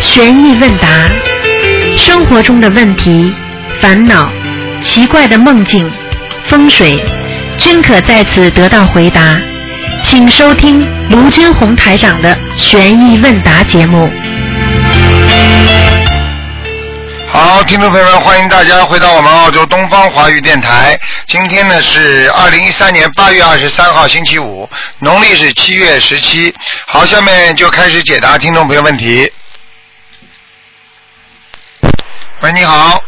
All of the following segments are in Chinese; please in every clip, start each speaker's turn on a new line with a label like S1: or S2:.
S1: 悬疑问答，生活中的问题、烦恼、奇怪的梦境、风水，均可在此得到回答。请收听卢军红台长的悬疑问答节目。
S2: 好，听众朋友们，欢迎大家回到我们澳洲东方华语电台。今天呢是二零一三年八月二十三号，星期五，农历是七月十七。好，下面就开始解答听众朋友问题。喂，你好，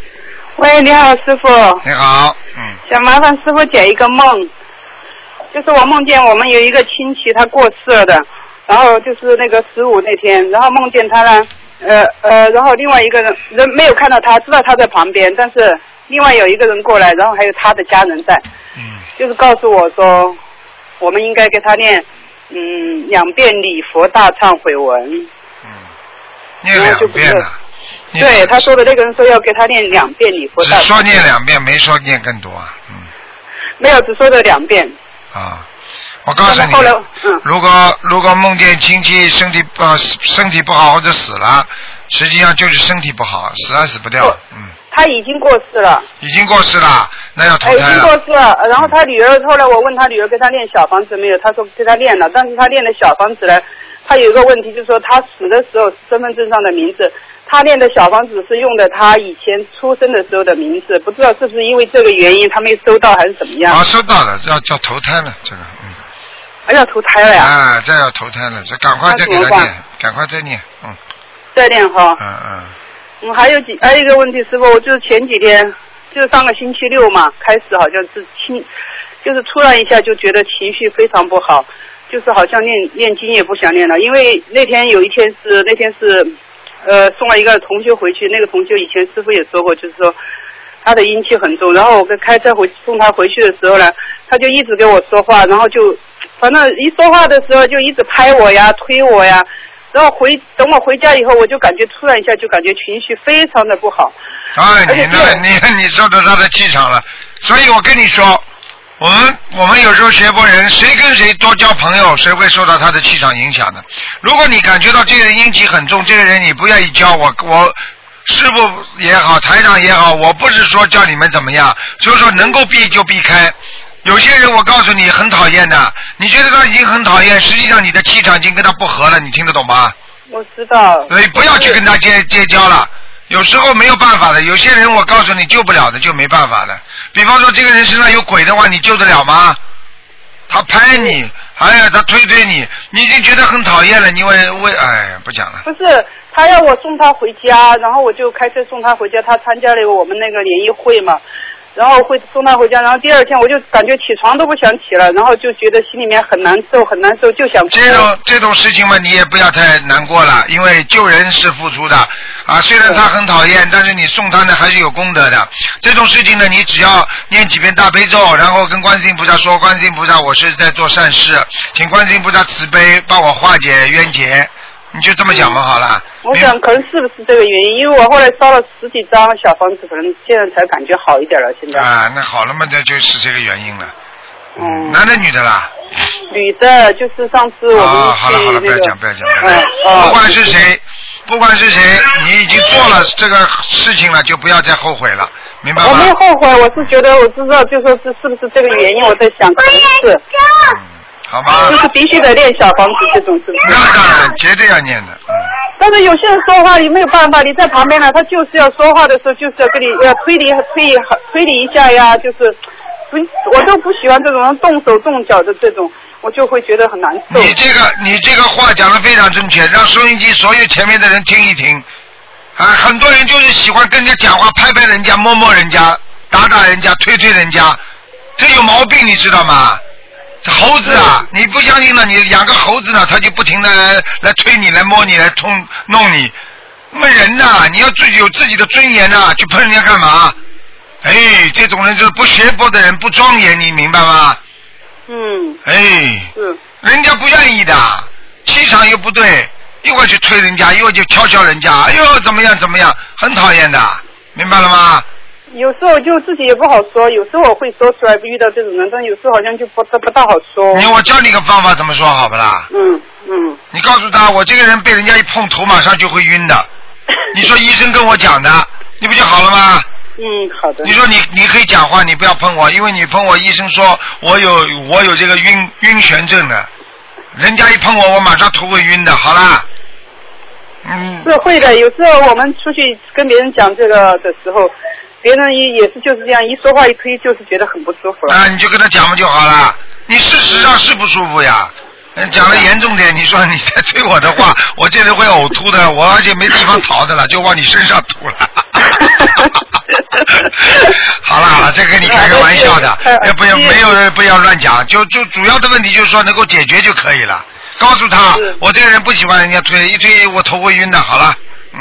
S3: 喂，你好，师傅，
S2: 你好，嗯，
S3: 想麻烦师傅解一个梦，就是我梦见我们有一个亲戚他过世了的，然后就是那个十五那天，然后梦见他呢，呃呃，然后另外一个人人没有看到他，知道他在旁边，但是另外有一个人过来，然后还有他的家人在，
S2: 嗯，
S3: 就是告诉我说，我们应该给他念，嗯，两遍礼佛大忏悔文，
S2: 嗯，念两遍啊了。你
S3: 对，他说的那个人说要给他念两遍礼佛
S2: 只
S3: 大忏悔
S2: 说
S3: 文，
S2: 念两遍，没说念更多啊，嗯，
S3: 没有只说了两遍，
S2: 啊，我告
S3: 但
S2: 诉
S3: 是
S2: 你，
S3: 后来嗯。
S2: 如果如果梦见亲戚身体呃身体不好或者死了，实际上就是身体不好，死也死不掉
S3: 不，
S2: 嗯，
S3: 他已经过世了，
S2: 已经过世了，那要
S3: 哎，
S2: 投
S3: 已
S2: 胎
S3: 经过
S2: 了，
S3: 世了。然后他女儿，后来我问他女儿给他练小房子没有，他说给他练了，但是他练的小房子呢，他有一个问题，就是说他死的时候身份证上的名字，他练的小房子是用的他以前出生的时候的名字，不知道是不是因为这个原因他没收到还是怎么样，
S2: 啊，收到了，要要投胎了，这个，嗯，
S3: 哎要投胎了呀，
S2: 啊，这要投胎了，这赶快再给
S3: 那
S2: 他
S3: 怎么办
S2: 念，赶快再念，嗯
S3: 再练哈。
S2: 嗯嗯，
S3: 嗯，还有几还有一个问题，师傅，我就是前几天，就是上个星期六嘛，开始好像是情，就是突然一下就觉得情绪非常不好，就是好像念念经也不想念了，因为那天有一天是那天是，呃，送了一个同学回去，那个同学以前师傅也说过，就是说他的阴气很重，然后我跟开车回送他回去的时候呢，他就一直跟我说话，然后就反正一说话的时候就一直拍我呀、推我呀，然后回等我回家以后，我就感觉突然一下就感觉情绪非常的不好。
S2: 哎，你呢
S3: 而？且
S2: 你你受到他的气场了，所以我跟你说，我们我们有时候学佛人，谁跟谁多交朋友，谁会受到他的气场影响的。如果你感觉到这个人阴气很重，这个人你不愿意交，我我师傅也好，台长也好，我不是说叫你们怎么样，就是说能够避就避开。有些人我告诉你很讨厌的，你觉得他已经很讨厌，实际上你的气场已经跟他不合了，你听得懂吗？
S3: 我知道。
S2: 所以呃不要去跟他结结交了。有时候没有办法的，有些人我告诉你救不了的就没办法的。比方说这个人身上有鬼的话，你救得了吗？他拍你，哎呀，他推推你，你已经觉得很讨厌了。你为为哎呀，不讲了。
S3: 不是，他要我送他回家，然后我就开车送他回家。他参加了我们那个联谊会嘛，然后会送他回家。然后第二天我就感觉起床都不想起了，然后就觉得心里面很难受，很难受，就想哭。
S2: 这种这种事情嘛，你也不要太难过了，因为救人是付出的啊。虽然他很讨厌，但是你送他呢还是有功德的。这种事情呢，你只要念几遍大悲咒，然后跟观世音菩萨说：“观世音菩萨，我是在做善事，请观世音菩萨慈悲，帮我化解冤结。”你就这么讲嘛，好了。
S3: 嗯我
S2: 明
S3: 想可能是不是这个原因，因为我后来烧了十几张小房子，可能现在才感觉好一点了。现在，
S2: 啊，那好了嘛，那就是这个原因了。
S3: 嗯，
S2: 男的女的啦？
S3: 女的，就是上次我们去那个，
S2: 啊，好了好了，不要讲不要讲，不要讲
S3: 嗯哦
S2: 不管是谁，不管是谁，你已经做了这个事情了，就不要再后悔了，明白
S3: 我没有
S2: 吗？
S3: 后悔，我是觉得我知道，就说是是不是这个原因，我在想
S2: 哎
S3: 可能是，
S2: 嗯，好吗
S3: 就？是必须得练小房子这种，是不
S2: 那
S3: 是？
S2: 当然，绝对要念的。
S3: 但是有些人说话你没有办法，你在旁边呢，他就是要说话的时候就是要跟你要推理推理推理一下呀，就是不，我都不喜欢这种人动手动脚的这种，我就会觉得很难受
S2: 嗯，。你这个你这个话讲的非常正确，让收音机所有前面的人听一听。啊，很多人就是喜欢跟人家讲话，拍拍人家，摸摸人家，打打人家，推推人家，这有毛病，你知道吗？这猴子啊，你不相信呢？你养个猴子呢，它就不停的来来推你，来摸你，来冲弄你。那么人呐、你要自己有自己的尊严呐、去碰人家干嘛？哎，这种人就是不学佛的人，不庄严，你明白吗？
S3: 嗯，
S2: 哎，
S3: 是。
S2: 人家不愿意的，气场又不对，一会儿就推人家，一会儿就敲敲人家，哎呦怎么样怎么样，很讨厌的，明白了吗？
S3: 有时候就自己也不好说，有时候我会说出来，不遇到这种人，但有时候好像就不不大好说。
S2: 你我教你个方法怎么说好不啦？
S3: 哦嗯嗯
S2: 你告诉他，我这个人被人家一碰头，马上就会晕的。你说医生跟我讲的，你不就好了吗？
S3: 嗯，好的
S2: 你。说你你可以讲话，你不要碰我，因为你碰我，医生说我有我有这个晕晕眩症的，人家一碰我，我马上头会晕的。好啦，嗯，
S3: 是会的，有时候我们出去跟别人讲这个的时候，别人也也是就是这样，一说话一推就是觉得很不舒服了。
S2: 啊，你就跟他讲不就好啦？你事实上是不舒服呀。嗯讲的严重点，你说你再催我的 话，我这人会呕吐的，我而且没地方逃的了，就往你身上吐 了。好了好了，这跟你开个玩笑的
S3: 哎，
S2: 也不要
S3: 哎
S2: 没有不要乱讲，就就主要的问题就是说能够解决就可以了。告诉他
S3: 是，
S2: 我这个人不喜欢人家推，一推我头会晕的。好了，嗯，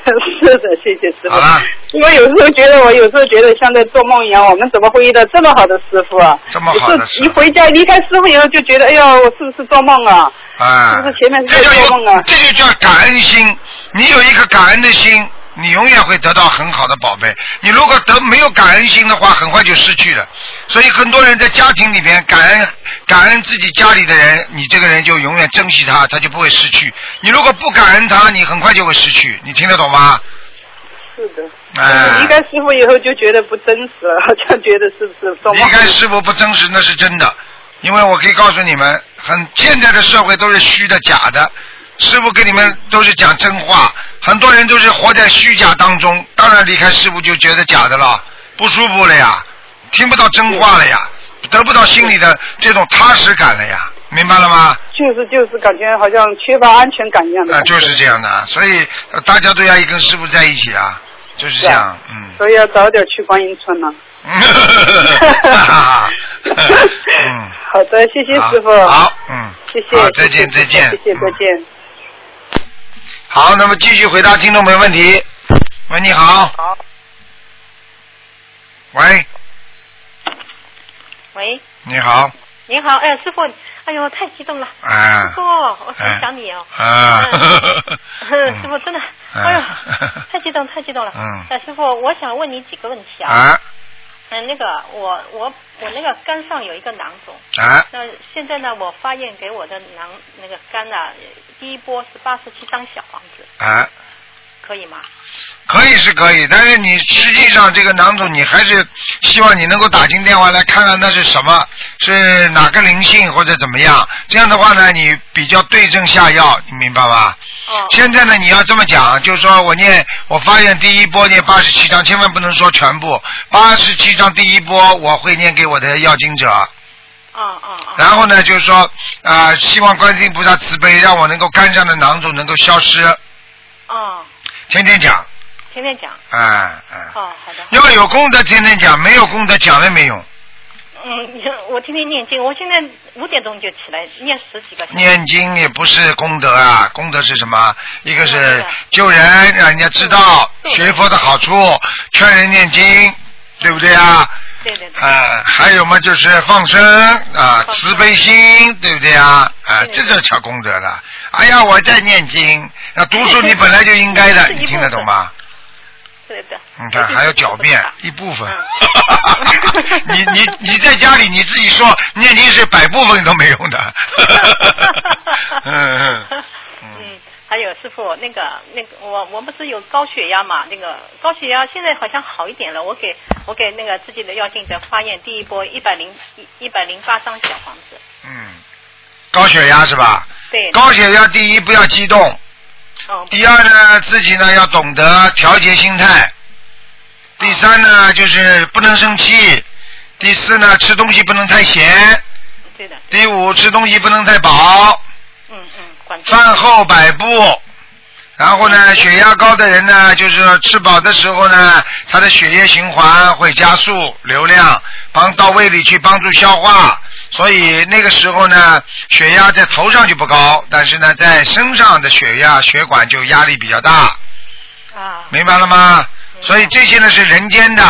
S3: 是的，谢谢师傅
S2: 好。了，
S3: 因为有时候觉得我有时候觉得像在做梦一样，我们怎么会遇到这么好的师傅啊？
S2: 这么好的
S3: 有时
S2: 事
S3: 候一回家离开师傅以后就觉得，哎呀，我是不是做梦啊？
S2: 啊
S3: 是不是前面是
S2: 这
S3: 在
S2: 就
S3: 做梦啊
S2: 有这就叫感恩心。你有一颗感恩的心，你永远会得到很好的宝贝。你如果得没有感恩心的话，很快就失去了。所以很多人在家庭里边感恩感恩自己家里的人，你这个人就永远珍惜他，他就不会失去。你如果不感恩他，你很快就会失去。你听得懂吗？
S3: 是的。
S2: 哎
S3: 离开师傅以后就觉得不真实了，好 像觉得是不是做
S2: 离
S3: 梦？
S2: 开师傅不真实那是真的，因为我可以告诉你们，很现在的社会都是虚的假的，师傅跟你们都是讲真话，很多人都是活在虚假当中，当然离开师傅就觉得假的了，不舒服了呀，听不到真话了呀，得不到心里的这种踏实感了呀，明白了吗？
S3: 就是就是感觉好像缺乏安全感一样的
S2: 啊、
S3: 感觉。
S2: 就是这样的，所以呃大家都要跟师傅在一起啊，就是这样， 嗯。
S3: 所以要早点去观音村了。啊
S2: 嗯。
S3: 好的，谢谢师傅。
S2: 好，好嗯，
S3: 谢谢
S2: 好，，再见，再
S3: 谢谢
S2: 见，
S3: 谢谢，再
S2: 嗯
S3: 见。
S2: 好，那么继续回答听众朋友问题。喂，你好。
S4: 好，
S2: 喂，
S4: 喂，
S2: 你好。
S4: 您好，哎，师傅，哎呦，太激动了，
S2: 啊
S4: 师傅，我
S2: 哎
S4: 好想你哦，
S2: 啊。
S4: 嗯师傅真的，哎呦，太激动，太激动了，
S2: 嗯
S4: 哎，师傅，我想问你几个问题啊，
S2: 啊
S4: 嗯，那个我我我那个肝上有一个囊肿，
S2: 啊
S4: 那现在呢，我发现给我的囊那个肝呐、第一波是八十七张小房子，
S2: 啊！
S4: 可以吗？
S2: 可以是可以，但是你实际上这个囊肿，你还是希望你能够打进电话来看看那是什么，是哪个灵性或者怎么样。这样的话呢，你比较对症下药，你明白吧？
S4: 哦，
S2: 现在呢，你要这么讲，就是说我念，我发愿第一波念八十七章，千万不能说全部。八十七章第一波我会念给我的要经者，
S4: 啊啊啊，
S2: 然后呢，就是说啊、呃希望观世音菩萨慈悲，让我能够肝上的囊肿能够消失。
S4: 哦，
S2: 天天讲，
S4: 前面讲，
S2: 啊、啊、
S4: 哦，好的，好的
S2: 要有功德天天讲，没有功德讲了没用。
S4: 嗯，我天天念经，我现在五点钟就起来念十几个小时。
S2: 念经也不是功德啊，功德是什么？一个
S4: 对
S2: 是
S4: 的
S2: 救人，让人家知道
S4: 嗯对
S2: 学佛的好处，劝人念经，对不对啊？
S4: 对对对，
S2: 啊，还有嘛，就是放生啊，
S4: 放生
S2: 慈悲心，对不对啊？啊，
S4: 对
S2: 这就叫功德了。哎呀，我在念经，那读书你本来就应该的，
S4: 这哎一部分
S2: 你听得懂吗？
S4: 对对。
S2: 你看还要狡辩一部分
S4: 嗯，
S2: 你你你在家里你自己说念经是百部分都没用 的。嗯嗯嗯
S4: 嗯，还有师傅，那个那个，我我不是有高血压嘛？那个高血压现在好像好一点了。我给我给那个自己的药性的发炎第一波一百零一一百零八张小房子，
S2: 嗯，高血压是吧？
S4: 对，
S2: 高血压第一不要激动，
S4: 哦，
S2: 第二呢，自己呢要懂得调节心态。第三呢，就是不能生气。第四呢，吃东西不能太咸。
S4: 对的，
S2: 第五，吃东西不能太饱，
S4: 嗯嗯，管住
S2: 饭后百步。然后呢，血压高的人呢，就是说吃饱的时候呢，他的血液循环会加速流量，帮到胃里去帮助消化。所以那个时候呢，血压在头上就不高，但是呢，在身上的血压血管就压力比较大。
S4: 啊，
S2: 明白了吗？所以这些呢是人间的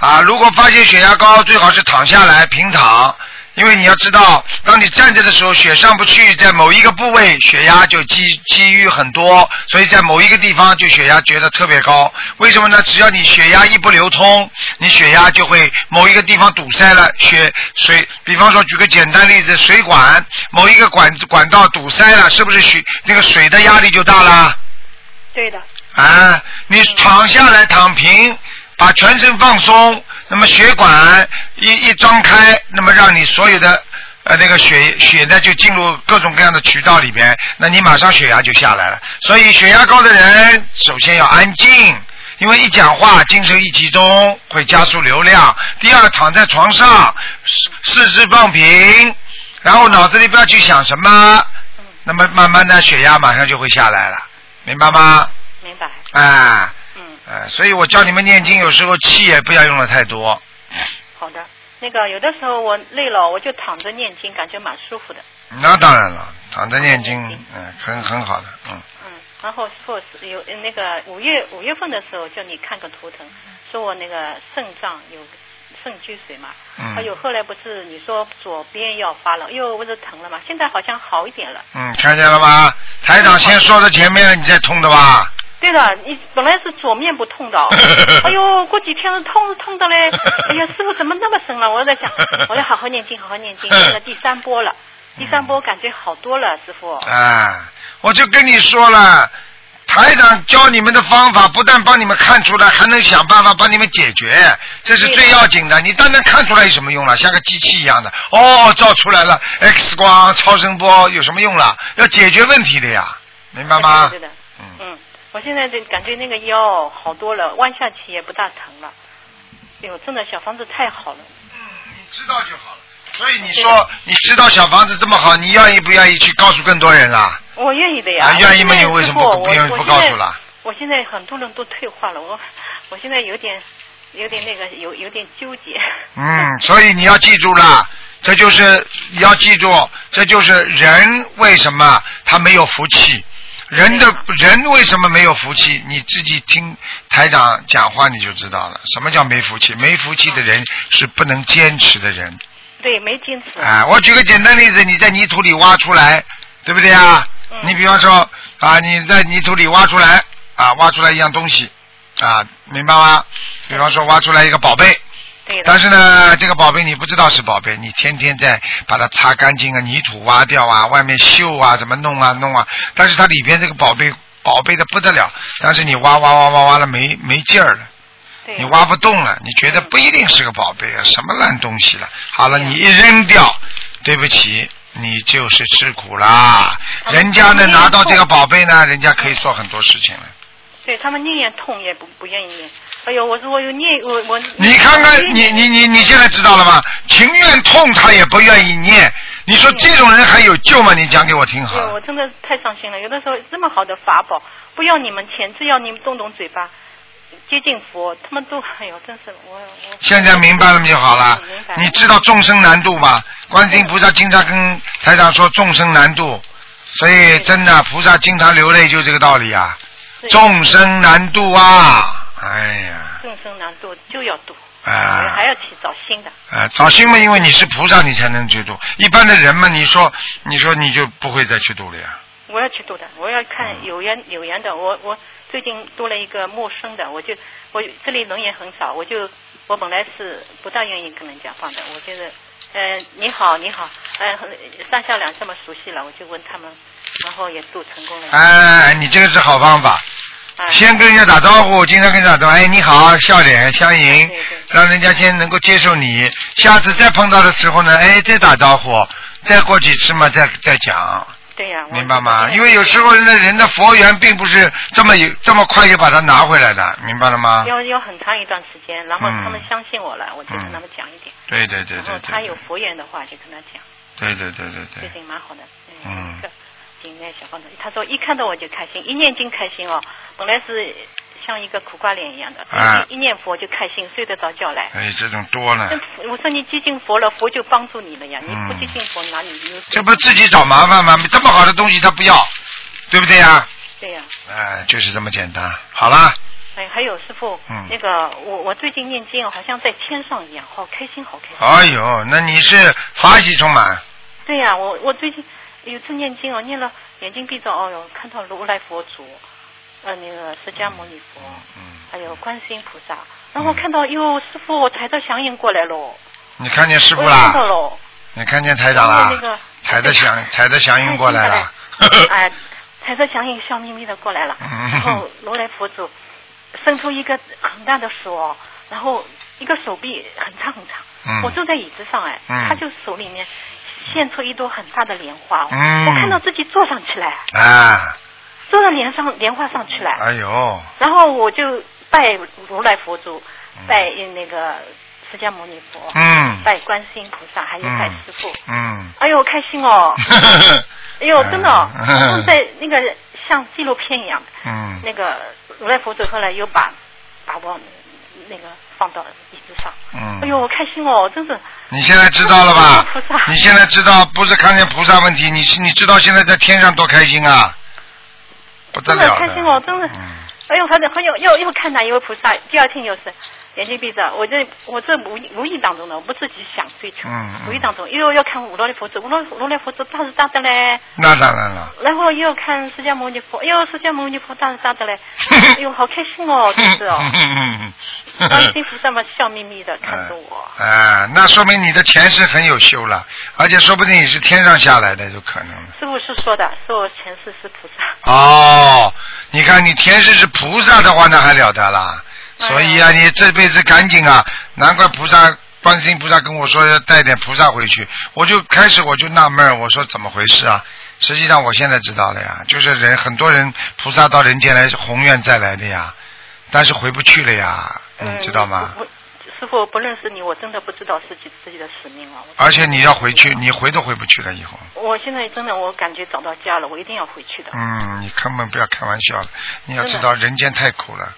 S2: 啊，如果发现血压高，最好是躺下来平躺，因为你要知道，当你站着的时候，血上不去，在某一个部位血压就积积郁很多，所以在某一个地方就血压觉得特别高。为什么呢？只要你血压一不流通，你血压就会某一个地方堵塞了，血水，比方说举个简单例子，水管某一个管管道堵塞了，是不是血那个水的压力就大了？
S4: 对的，
S2: 啊，你躺下来躺平，把全身放松，那么血管一一张开，那么让你所有的呃那个血血呢就进入各种各样的渠道里边，那你马上血压就下来了。所以血压高的人首先要安静。因为一讲话，精神一集中会加速流量。第二，躺在床上，四四肢放平，然后脑子里不要去想什么，那么慢慢的血压马上就会下来了，明白吗？
S4: 明白。
S2: 啊，
S4: 嗯，
S2: 呃，所以我教你们念经，有时候气也不要用的太多。
S4: 好的。那个有的时候我累了，我就躺着念经，感觉蛮舒服的。
S2: 那当然了，躺着念经，嗯、很很好的，嗯，
S4: 嗯，然后师傅是有那个五月五月份的时候叫你看个图腾，说我那个肾脏有肾积水嘛，
S2: 嗯
S4: 还有后来不是你说左边要发冷，又不是疼了嘛，现在好像好一点了。
S2: 嗯，看见了吗？台长先说到前面了，你再通的吧？
S4: 对了，你本来是左面不痛的哦，哎呦，过几天痛痛的嘞，哎呀，师傅怎么那么神了？啊我在想，我要好好念经，好好念经，念了第三波了，第三波感觉好多了，师傅。
S2: 啊，我就跟你说了，台长教你们的方法，不但帮你们看出来，还能想办法帮你们解决，这是最要紧的。你单单看出来有什么用了？像个机器一样的，哦，照出来了，X 光、超声波有什么用了？要解决问题的呀，明白吗
S4: 对？的，对的
S2: 嗯，
S4: 嗯，我现在这感觉那个腰好多了，弯下去也不大疼了。哎呦，真的小房子太好了，
S2: 你知道就好了。所以你说你知道小房子这么好，你愿意不愿意去告诉更多人啦？
S4: 我愿意的呀。
S2: 啊，愿意吗？
S4: 我
S2: 你为什
S4: 现在师
S2: 么
S4: 傅
S2: 不
S4: 我
S2: 不愿意不
S4: 我现
S2: 告
S4: 在
S2: 诉啦？
S4: 我现在很多人都退化了，我我现在有点有点那个有有点纠结。
S2: 嗯，所以你要记住了，这就是你要记住，这就是人为什么他没有福气，人的人为什么没有福气？你自己听台长讲话你就知道了，什么叫没福气？没福气的人是不能坚持的人。
S4: 对，没坚持。
S2: 啊，我举个简单例子，你在泥土里挖出来，对不对啊？
S4: 嗯
S2: 你比方说啊，你在泥土里挖出来啊，挖出来一样东西啊，明白吗？比方说挖出来一个宝贝，
S4: 对的
S2: 但，是呢，这个宝贝你不知道是宝贝，你天天在把它擦干净啊，泥土挖掉啊，外面锈啊，怎么弄啊弄啊，但是它里边这个宝贝宝贝的不得了，但是你挖挖挖挖挖了没没劲儿了，
S4: 对嗯
S2: 你挖不动了，你觉得不一定是个宝贝啊，什么烂东西了，好了，你一扔掉，对不起。你就是吃苦啦，
S4: 他们
S2: 人家呢
S4: 不愿意
S2: 拿到这个
S4: 动
S2: 宝贝呢，人家可以做很多事情了。
S4: 对他们宁愿痛也不不愿意念。哎呦，我说我有念我我。
S2: 你看
S4: 哎
S2: 看，你你你你现在知道了吗？情愿痛，他也不愿意念。你说这种人还有救吗？你讲给我听好
S4: 对，
S2: 了
S4: 嗯我。真的太伤心了。有的时候这么好的法宝，不要你们钱，只要你们动动嘴巴，接近佛，他们都哎呦，真是我我。
S2: 现在明白了就好了
S4: 嗯明白。
S2: 你知道众生难度吗？观世音菩萨经常跟台长说众生难度，所以真的菩萨经常流泪就这个道理啊。
S4: 对
S2: 众生难度啊，哎呀，
S4: 众生难度就要度，
S2: 啊
S4: 还要去找新的。
S2: 啊，找心嘛，因为你是菩萨，你才能去度。一般的人嘛，你说你说你就不会再去度了呀。
S4: 我要去度的，我要
S2: 嗯
S4: 看有缘有缘的。我我最近多了一个陌生的，我就我这里人也很少，我就我本来是不大愿意跟人家放的，我觉得，呃，你好你好，呃，上下两这么熟悉了，我就问他们，然后也度成功了。
S2: 哎，你这个是好方法。
S4: 哎
S2: 先跟人家打招呼，经常跟人家打招呼，哎，你好，笑脸相迎
S4: 对对，
S2: 让人家先能够接受你。下次再碰到的时候呢，哎，再打招呼，再过几次嘛，再再讲，
S4: 对呀、我
S2: 明白吗？
S4: 对
S2: 因为有时候人的人的佛缘并不是这么有这么快就把它拿回来的，明白了吗？
S4: 要要很长一段时间，然后他们
S2: 啊嗯
S4: 相信我了，我就
S2: 嗯
S4: 跟他们讲一点，
S2: 对对对
S4: 然
S2: 对
S4: 后他有
S2: 对，
S4: 佛缘的话就跟他讲，
S2: 对对对对
S4: 最
S2: 对，
S4: 近蛮好的。
S2: 嗯
S4: 这个今天小胖子，他说一看到我就开心，一念经开心哦，本来是像一个苦瓜脸一样的，
S2: 啊
S4: 一念佛就开心，睡得着觉来。
S2: 哎，这种多了
S4: 那，我说你接近佛了，佛就帮助你了呀，你不
S2: 嗯
S4: 接近佛哪里有？
S2: 这不自己找麻烦吗？这么好的东西他不要，对不对呀？
S4: 对呀、
S2: 哎，就是这么简单。好啦，
S4: 哎，还有师傅，
S2: 嗯
S4: 那个我我最近念经哦好像在天上一样，好开心，好开心。
S2: 哎呦，那你是法喜充满。
S4: 对呀、我我最近有次念经哦，念了眼睛闭着，哦哟，看到如来佛祖，呃，那个释迦牟尼佛，
S2: 嗯，
S4: 还有观世音菩萨，然后看到哟，师傅，我抬着祥云过来喽，
S2: 你看见师傅
S4: 我也看到
S2: 啦？
S4: 喽，
S2: 你看见台长
S4: 然后
S2: 啦？
S4: 那个
S2: 抬着祥抬着祥云过来了。
S4: 哎，彩色墙也笑眯眯的过来了，
S2: 嗯
S4: 然后如来佛祖伸出一个很大的手哦，然后一个手臂很长很长，
S2: 嗯
S4: 我坐在椅子上哎，
S2: 嗯
S4: 他就手里面现出一朵很大的莲花哦，
S2: 嗯
S4: 我看到自己坐上去哎来，
S2: 啊，
S4: 坐到莲上莲花上去来，
S2: 哎呦，
S4: 然后我就拜如来佛祖，拜那个释迦牟尼佛，
S2: 嗯，
S4: 拜观世音菩萨，还有拜
S2: 嗯
S4: 师傅，
S2: 嗯，，
S4: 哎呦开心哦 哎呦真的、哦，
S2: 嗯
S4: 像在那个像纪录片一样。
S2: 嗯，
S4: 那个如来佛祖后来又把把我那个放到椅子上，
S2: 嗯
S4: 哎呦，我开心哦，真是
S2: 你现在知道了吧
S4: 看见菩萨？
S2: 你现在知道不是看见菩萨问题，你是你知道现在在天上多开心啊，不得
S4: 真
S2: 了
S4: 的开心哦，真的，
S2: 嗯
S4: 哎呦，反正好像又又看到一位菩萨，第二天又是眼睛闭着，我这我这无意无意当中的，我不自己想追求，
S2: 嗯嗯
S4: 无意当中又要看如来佛祖，如来如来佛祖大是大 的嘞，
S2: 那当然了，
S4: 然后又看释迦牟尼佛，哎呦，释迦牟尼佛大是大的 嘞，哎呦，好开心哦，真是哦，观世音菩萨嘛笑眯眯的看着我，
S2: 哎、那说明你的前世很有修了，而且说不定你是天上下来的，有可能了。
S4: 师傅是说的，是我前世是菩萨。
S2: 哦，你看你前世是菩萨的话，那还了得啦！
S4: 哎
S2: 所以啊，你这辈子赶紧啊，难怪菩萨观世音菩萨跟我说要带点菩萨回去，我就开始我就纳闷儿，我说怎么回事啊？实际上我现在知道了呀，就是人很多人菩萨到人间来是宏愿再来的呀，但是回不去了呀，你嗯知道吗？
S4: 哎嗯我师傅，我不认识你，我真的不知道自己自己的使命了。哦我
S2: 而且你要回去，你回都回不去了以后。
S4: 我现在真的，我感觉找到家了，我一定要回去的。
S2: 嗯，你根本不要开玩笑了，你要
S4: 真
S2: 知
S4: 的
S2: 道人间太苦了，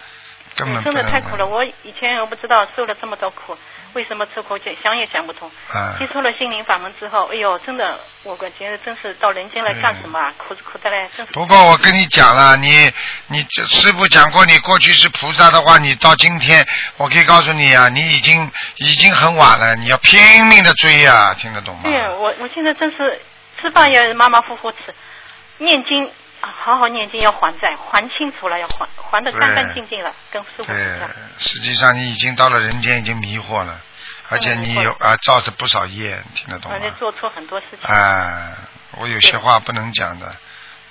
S2: 根本
S4: 嗯
S2: 不
S4: 真的
S2: 能
S4: 太苦了，
S2: 玩
S4: 我以前我不知道受了这么多苦，为什么吃苦就想也想不通。
S2: 啊
S4: 接触了心灵法门之后，哎呦，真的，我感觉真是到人间来干什么啊？苦是苦的嘞，真
S2: 嗯
S4: 是。
S2: 不过我跟你讲了，你你这师傅讲过，你过去是菩萨的话，你到今天，我可以告诉你啊，你已经已经很晚了，你要拼命的追啊，听得懂吗？
S4: 对呀，我我现在真是吃饭也马马虎虎吃，念经啊好好念经要还债，还清楚了要还，还的干干净净了，跟师傅一
S2: 对
S4: 样。，
S2: 实际上你已经到了人间，已经迷惑了，而且你有
S4: 嗯迷惑
S2: 啊造着不少业，听得懂
S4: 反正
S2: 吗？
S4: 做错很多事情。
S2: 啊，我有些话不能讲的，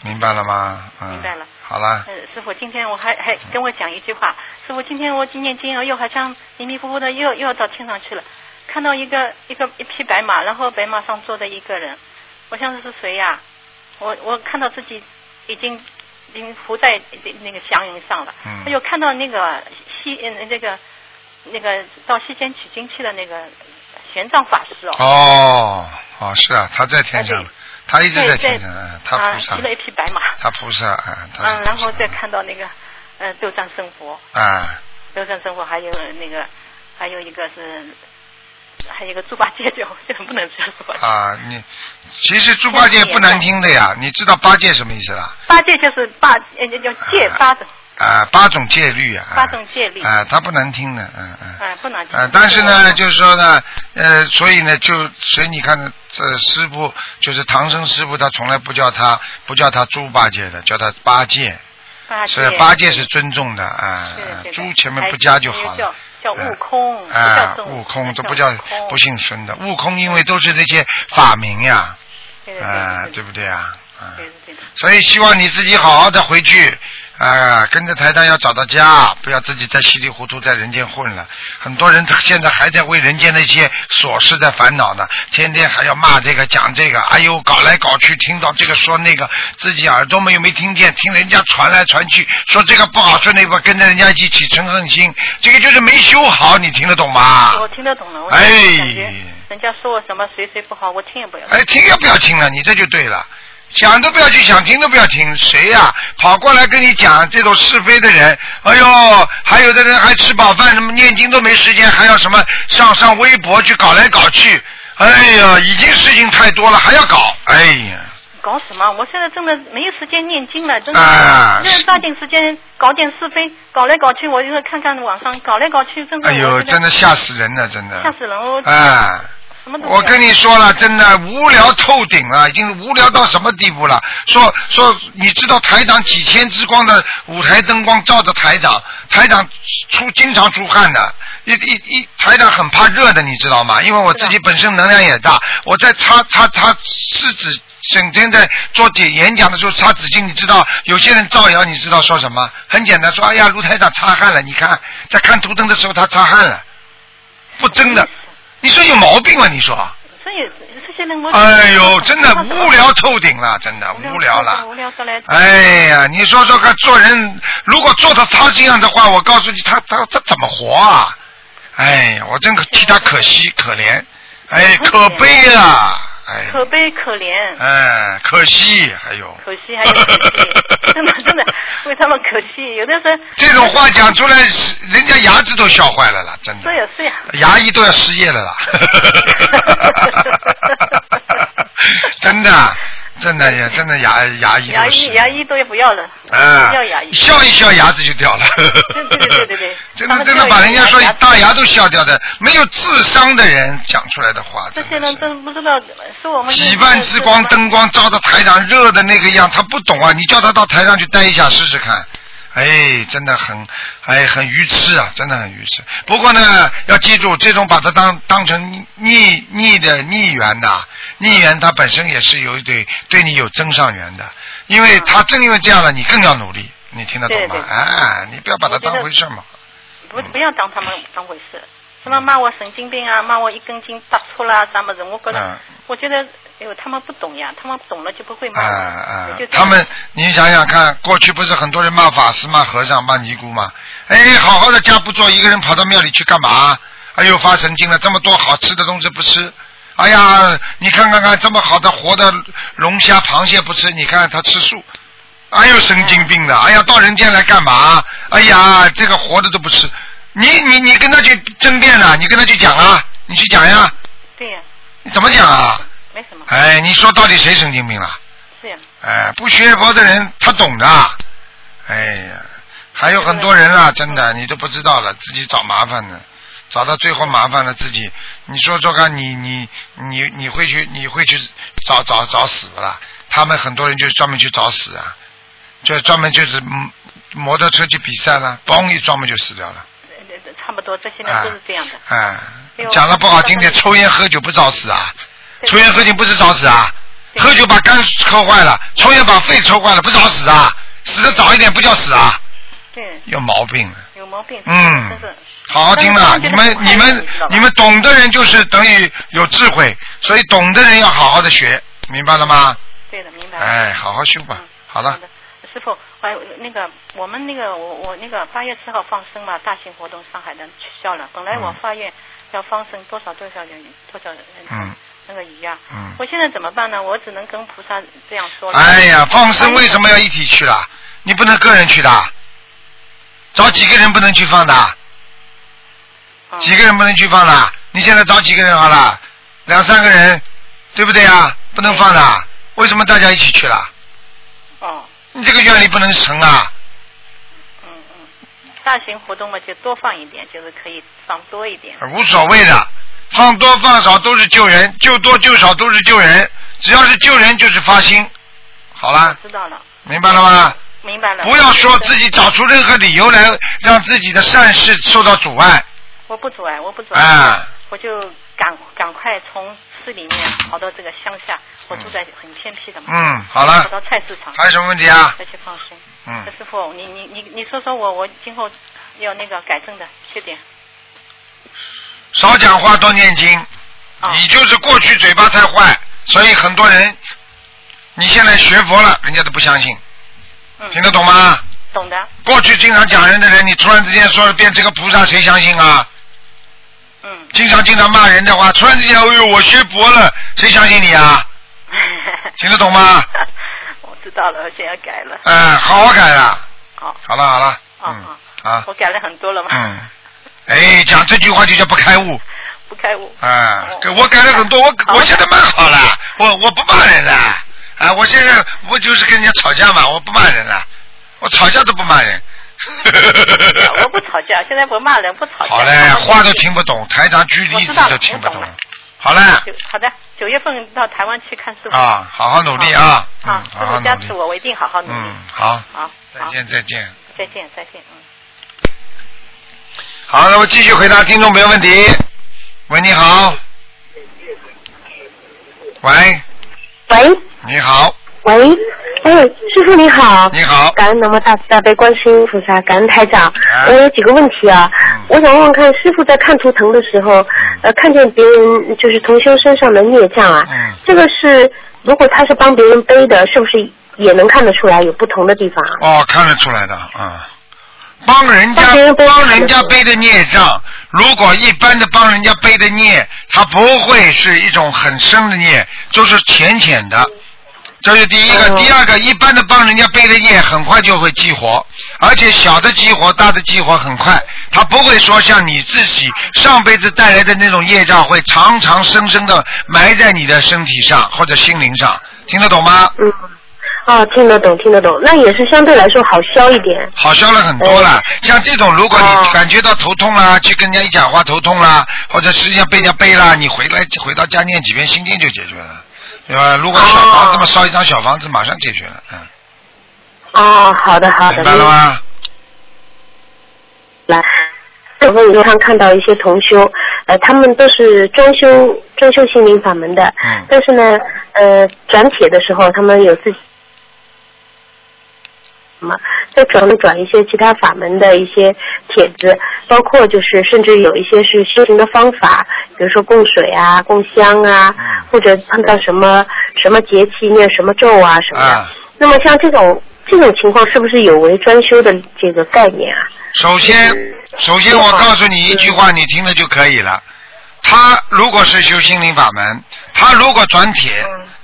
S2: 明白了吗？嗯，
S4: 明白了
S2: 好了，
S4: 嗯，师傅，今天我还还跟我讲一句话，师傅，今天我今念经哦，又好像迷迷糊糊的又又要到天上去了，看到一个一个一匹白马，然后白马上坐着一个人，我想这是谁呀、我我看到自己已经已经浮在那个祥云上了，
S2: 嗯
S4: 我又看到那个西嗯那个那个到西天取经去的那个玄奘法师哦，
S2: 哦，哦，是啊，他在天上
S4: 啊对，
S2: 他一直
S4: 对
S2: 在
S4: 对
S2: 天上，嗯，他
S4: 啊
S2: 菩萨
S4: 骑，了一匹白马，
S2: 他菩萨啊，他是
S4: 嗯，然后
S2: 菩萨
S4: 再看到那个呃六藏生佛。
S2: 啊，
S4: 流转生活，还有呃那个，还有一个是，还有一个猪八戒，就 这个不能叫猪八戒。
S2: 啊，你其实猪八戒不难听的呀，你知道八戒什么意思啦？
S4: 八戒就是八，呃，就叫戒八种，
S2: 啊，八种戒律啊，啊
S4: 八种戒律
S2: 啊，他不难听的，嗯嗯。
S4: 啊，不能讲。
S2: 啊，但是呢，就是说呢，呃，所以呢，就所以你看，这师傅就是唐僧师傅，他从来不叫他不叫他猪八戒的，叫他八戒，
S4: 八戒
S2: 是八戒是尊重的啊
S4: 是的，是的
S2: 猪前面不加就好
S4: 还有
S2: 了。
S4: 哎叫叫悟空，不
S2: 啊
S4: 叫，孙
S2: 悟
S4: 悟
S2: 空这
S4: 这
S2: 不叫不。姓孙的，悟空因为都是那些法名呀，
S4: 对对
S2: 啊，
S4: 对
S2: 对不对啊？啊，
S4: 对对对对。
S2: 所以希望你自己好好的回去，啊、跟着台长要找到家，不要自己在稀里糊涂在人间混了。很多人现在还在为人间的一些琐事在烦恼呢，天天还要骂这个讲这个，哎呦搞来搞去，听到这个说那个，自己耳朵没有没听见，听人家传来传去，说这个不好说那个不好，跟着人家一起起嗔恨心，这个就是没修好，你听得懂吗？
S4: 我听得懂了，我
S2: 哎
S4: 感觉人家说我什么谁谁不好，我听也不要。
S2: 哎，听也不要听了，你这就对了。想都不要去想，听都不要听，谁呀、跑过来跟你讲这种是非的人，哎呦，还有的人还吃饱饭，什么念经都没时间，还要什么上上微博去搞来搞去，哎呀，已经事情太多了，还要搞，哎呀，
S4: 搞什么？我现在真的没有时间念经了，真的。
S2: 啊
S4: 真的抓紧时间搞点是非，搞来搞去，我就是看看网上搞来搞去，真的。
S2: 哎呦，真
S4: 的。
S2: 的吓死人了，真的，
S4: 吓死人！我
S2: 嗯啊！
S4: 什么都不
S2: 我跟
S4: 你
S2: 你说了，真的无聊透顶了，已经无聊到什么地步了？说说，你知道台长几千之光的舞台灯光照着台长，台长出经常出汗的，一一一台长很
S4: 啊
S2: 怕热的，你知道吗？因为我自己本身能量也大，我在擦擦擦拭子整天在做点演讲的时候擦纸巾，你知道有些人造谣，你知道说什么？很简单，说哎呀，卢台长擦汗了，你看在看图腾的时候他擦汗了，不真的，你说有毛病吗？你说？
S4: 所以这些啊人我
S2: 哎呦，真的无聊透顶了，真的无聊了。
S4: 无聊得来。
S2: 哎呀，你说说看，做人如果做到他这样的话，我告诉你，他他他怎么活啊？哎呀，我真可替他可惜可怜，哎，可悲啊，哎，
S4: 可悲可怜，
S2: 哎，可惜，哎呦，
S4: 可惜还有可惜， 真的真的为他们可惜。有的时候
S2: 这种话讲出来，人家牙齿都笑坏了啦，真的
S4: 是，呀是呀，
S2: 牙医都要失业了啦， 真的，啊真的呀，真的牙牙医
S4: 牙
S2: 都失
S4: 医
S2: 业
S4: 牙医都不要了，
S2: 啊，
S4: 要牙医
S2: 笑一笑牙齿就掉了。
S4: 对对对对对
S2: 真
S4: 他
S2: 的
S4: 们
S2: 真的把人家说
S4: 笑一笑牙齿
S2: 大牙都笑掉的，没有智商的人讲出来的话，
S4: 这
S2: 真的
S4: 些人
S2: 是
S4: 真不知道说我们
S2: 几万之光灯光照到台上热的那个样，他不懂啊！你叫他到台上去待一下试试看。哎，真的很，哎，很愚痴啊，真的很愚痴。不过呢，要记住，这种把它当当成逆逆的逆缘呐、逆缘它本身也是有一对对你有增上缘的，因为他正因为这样了，你更要努力，你听得懂吗
S4: 嗯对？对
S2: 哎，你不要把它
S4: 我觉
S2: 当
S4: 得
S2: 回事嘛。
S4: 不不要当他们当回事，什么骂我神经病啊，骂我一根筋搭错啦，啥么子？我觉得，
S2: 嗯
S4: 我觉得，哎呦，他们不懂呀，他们懂了就不会骂
S2: 啊
S4: 我。
S2: 啊
S4: 也就！这
S2: 他
S4: 样
S2: 们，你想想看，过去不是很多人骂法师、骂和尚、骂尼姑吗？哎，好好的家不做，一个人跑到庙里去干嘛？哎呦，发神经了！这么多好吃的东西不吃，哎呀，你看看看，这么好的活的龙虾、螃蟹不吃，你看他吃素。哎呦，神经病的！哎呀，到人间来干嘛？哎呀，这个活的都不吃。你你你跟他去争辩了，你跟他去讲啊，你去讲呀，
S4: 对呀、
S2: 你怎么讲啊？
S4: 没什么，
S2: 哎，你说到底谁神经病了？
S4: 是呀、
S2: 哎，不学佛的人他懂的。哎呀，还有很多人啊，真的你都不知道了，自己找麻烦呢，找到最后麻烦了自己。你说说看，你你你你会去你会去找找找死的啦？他们很多人就专门去找死啊，就专门就是嗯摩托车去比赛啦，嘣一撞门就死掉了。
S4: 呃差不多，这些人都是这样的。
S2: 哎
S4: 哎呦，
S2: 讲了不好听点，
S4: 我知道
S2: 抽烟喝酒不找死啊？
S4: 对
S2: 抽烟喝酒不是找死啊？
S4: 对
S2: 喝酒把肝抽坏了，抽烟把肺抽坏了，不找死啊？死的早一点不叫死啊？
S4: 对，
S2: 有毛病啊！
S4: 有毛病。
S2: 嗯
S4: 真是。
S2: 好好听了，
S4: 但
S2: 你
S4: 是他
S2: 们
S4: 们
S2: 你
S4: 觉得
S2: 们
S4: 不快乐
S2: 你们懂的人就是等于有智慧，所以懂的人要好好的学，明白了吗？
S4: 对的，明白了。
S2: 哎，好好修吧
S4: 嗯。
S2: 好了
S4: 好，的，师傅，还有那个我们那个我我那个八月四号放生嘛，大型活动上海的取消了。本来我
S2: 嗯
S4: 发愿要放生多少多少人多少人
S2: 嗯
S4: 那个鱼啊，
S2: 嗯
S4: 我现在怎么办呢？我只能跟菩萨这样说了。
S2: 哎呀，放生为什么要一起去啦？你不能个人去的，找几个人不能去放的？
S4: 嗯
S2: 几个人不能去放啦？你现在找几个人好啦？两三个人，对不对啊？不能放的，为什么大家一起去啦？
S4: 哦，
S2: 你这个愿力不能成啊！
S4: 嗯嗯，大型活动嘛，就多放一点，就是可以放多一点。
S2: 无所谓的，放多放少都是救人，救多救少都是救人，只要是救人就是发心。好啦，
S4: 我知道了，
S2: 明白了吗？
S4: 明白了。
S2: 不要说自己找出任何理由来让自己的善事受到阻碍。
S4: 我不阻碍，我不阻碍，
S2: 啊
S4: 我就赶赶快从市里面跑到这个乡下，我住在很偏僻的嘛，
S2: 嗯，好
S4: 跑
S2: 了，
S4: 到菜市场
S2: 还有什么问题啊？
S4: 再去放生。
S2: 嗯
S4: 那，师傅，你你你你说说我，我今后要那个改正的缺点
S2: 少讲话，多念经。
S4: 啊，
S2: 你就是过去嘴巴太坏，所以很多人，你现在学佛了，人家都不相信，
S4: 嗯，
S2: 听得懂吗？
S4: 懂的，
S2: 过去经常讲人的人，你突然之间说变成个菩萨，谁相信啊？
S4: 嗯，
S2: 经常经常骂人的话，突然之间，哎呦，我学佛了，谁相信你 啊？听得懂吗？
S4: 我知道了，我现在改了，
S2: 哎、好好改啊！
S4: 好，
S2: 好了好了，
S4: 啊
S2: 嗯啊
S4: 我改了很多了嘛，
S2: 嗯，哎，讲这句话就叫不开悟
S4: 不开悟，
S2: 啊
S4: 哦！
S2: 给我改了很多，我我现在蛮好了，我我不骂人了。啊，我现在我就是跟人家吵架嘛，我不骂人了，我吵架都不骂人。
S4: 我不吵架，现在不骂人，不吵架，
S2: 好嘞，话都听不懂，台长举例子都听不
S4: 我知道了我
S2: 懂
S4: 懂了。
S2: 好嘞，
S4: 九好的，九月份到台湾去看师傅。
S2: 啊，好好努力啊，嗯好好
S4: 好，，师傅
S2: 努
S4: 加
S2: 力
S4: 持，我，我一定好好努力
S2: 嗯。，好，
S4: 好，
S2: 再
S4: 好，
S2: 见再见。
S4: 再见，再见，嗯。
S2: 好，那么继续回答听众朋友问题。喂，你好。喂，
S5: 喂，
S2: 你好，
S5: 喂，哎，师傅你好。
S2: 你好，
S5: 感恩南无大慈大悲观世音菩萨，感恩台长。我有几个问题啊，
S2: 嗯
S5: 我想问问看，师傅在看图腾的时候，呃，看见别人就是同修身上的孽障啊，
S2: 嗯，
S5: 这个是如果他是帮别人背的，是不是也能看得出来有不同的地方啊？
S2: 哦，看得出来的啊、帮人家
S5: 帮别人背
S2: 帮人家背的孽障，如果一般的帮人家背的孽，它不会是一种很深的孽，就是浅浅的。这是第一个，
S5: 哦
S2: 第二个，一般的帮人家背的业很快就会激活，而且小的激活，大的激活很快，它不会说像你自己上辈子带来的那种业障，会长长生生的埋在你的身体上或者心灵上，听得懂吗？
S5: 嗯，哦，听得懂，听得懂，那也是相对来说好消一点。
S2: 好消了很多了。像这种，如果
S5: 哦
S2: 你感觉到头痛啦，去跟人家一讲话头痛啦，或者实际上被人家背啦，你回来回到家念几遍心经就解决了。对吧？如果小房子嘛，
S5: 哦
S2: 烧一张小房子马上解决了，嗯，
S5: 哦，好的，好的。
S2: 明白了吗？
S5: 来，我们经常看到一些同修，呃，他们都是专修专修心灵法门的，
S2: 嗯
S5: 但是呢，呃，转帖的时候他们有自己。什么？再转转一些其他法门的一些帖子，包括就是甚至有一些是修行的方法，比如说供水啊、供香啊
S2: 嗯，
S5: 或者碰到什么什么节气念什么咒啊什么的。
S2: 啊，
S5: 那么像这种这种情况，是不是有违专修的这个概念啊？
S2: 首先，首先我告诉你一句话，你听了就可以了。他如果是修心灵法门，他如果转帖，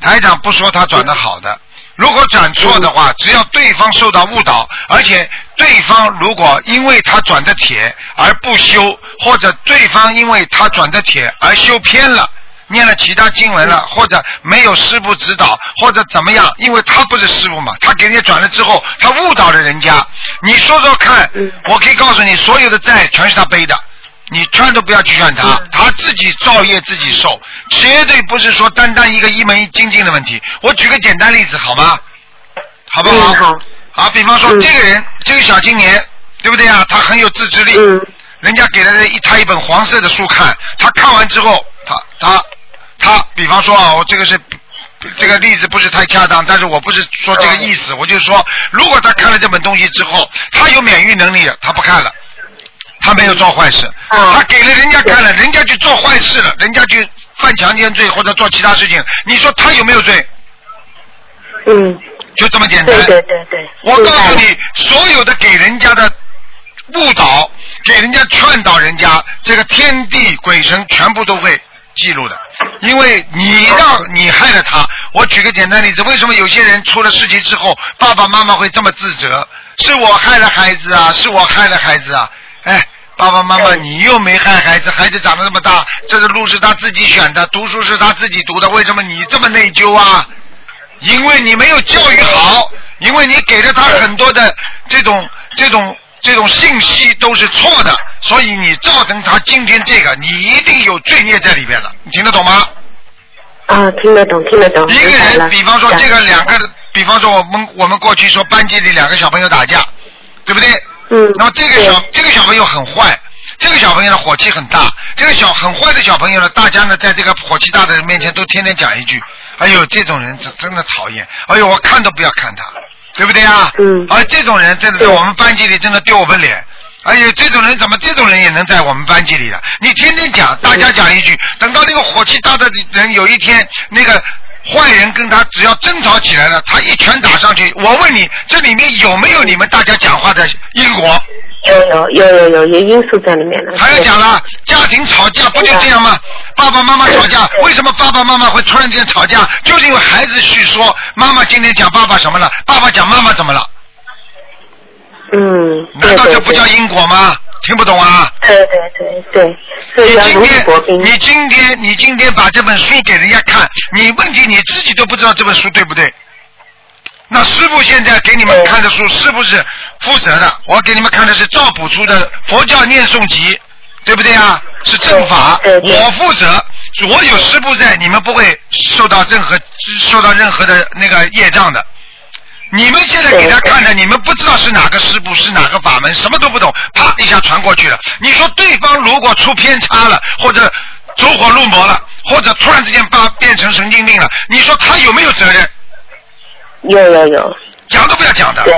S2: 台长不说他转的好的，如果转错的话，只要对方受到误导，而且对方如果因为他转的帖而不修，或者对方因为他转的帖而修偏了。念了其他经文了，或者没有师傅指导，或者怎么样？因为他不是师傅嘛，他给人家转了之后，他误导了人家。你说说看
S5: 嗯，
S2: 我可以告诉你，所有的债全是他背的，你劝都不要去劝他，他自己造业自己受，绝对不是说单单一个一门精进的问题。我举个简单例子好吗？好不好？
S5: 嗯，好。
S2: 好，比方说
S5: 嗯
S2: 这个人，这个小青年，对不对啊？他很有自制力，
S5: 嗯
S2: 人家给了他一他一本黄色的书看，他看完之后，他他他，比方说啊，我这个是。这个例子不是太恰当，但是我不是说这个意思，我就说，如果他看了这本东西之后，他有免疫能力，他不看了，他没有做坏事，
S5: 嗯
S2: 他给了人家看了，人家去做坏事了，人家去犯强奸罪或者做其他事情，你说他有没有罪？
S5: 嗯，
S2: 就这么简单。
S5: 对对对对。
S2: 我告诉
S5: 明
S2: 你，所有的给人家的误导，给人家劝导人家，这个天地鬼神全部都会记录的，因为你让你害了他。我举个简单例子，为什么有些人出了事情之后，爸爸妈妈会这么自责？是我害了孩子啊，是我害了孩子啊，哎。爸爸妈妈，你又没害孩子，孩子长得这么大，这个路是他自己选的，读书是他自己读的，为什么你这么内疚啊？因为你没有教育好，因为你给了他很多的这种这种这种信息都是错的，所以你造成他今天这个，你一定有罪孽在里边了，你听得懂吗？
S5: 白了啊，听得懂，听得懂。
S2: 一个
S5: 明白
S2: 人，
S5: 了
S2: 比方说这个
S5: 感
S2: 两个，比方说我们我们过去说班级里两个小朋友打架，对不对？
S5: 嗯，
S2: 那么这个
S5: 对
S2: 小这个小朋友很坏，这个小朋友呢火气很大，这个小很坏的小朋友呢，大家呢在这个火气大的人面前都天天讲一句，哎呦这种人真真的讨厌，哎呦我看都不要看他，对不对啊？
S5: 嗯
S2: 而这种人真的在
S5: 对
S2: 我们班级里真的丢我们脸。哎呀，这种人怎么这种人也能在我们班级里了？你天天讲，
S5: 嗯
S2: 大家讲一句，等到那个火气大的人有一天，那个坏人跟他只要争吵起来了，他一拳打上去。我问你，这里面有没有你们大家讲话的因果？
S5: 有有有有有有因素在里面的。
S2: 还要讲了，家庭吵架不就这样
S5: 嗯
S2: 吗？爸爸妈妈吵架，为什么爸爸妈妈会突然之间吵架？就是因为孩子去说妈妈今天讲爸爸什么了，爸爸讲妈妈怎么了？
S5: 对。嗯，
S2: 难
S5: 对
S2: 道这不叫因果吗？听不懂啊？
S5: 对对对对
S2: 你
S5: 对，所以要
S2: 今
S5: 如履薄
S2: 天，
S5: 冰。
S2: 你今天，你今天把这本书给人家看，你问题你自己都不知道这本书对不对。那师傅现在给你们
S5: 对
S2: 看的书是不是负责的？我给你们看的是赵朴初的《佛教念诵集》，对不对啊？是正法，
S5: 对对对
S2: 我负责，我有师傅在，你们不会受到任何受到任何的那个业障的。你们现在给他看的，你们不知道是哪个师傅，是哪个法门，什么都不懂，啪一下传过去了。你说对方如果出偏差了，或者走火入魔了，或者突然之间把变成神经病了，你说他有没有责任？
S5: 有有有，
S2: 讲都不要讲的。
S5: 对，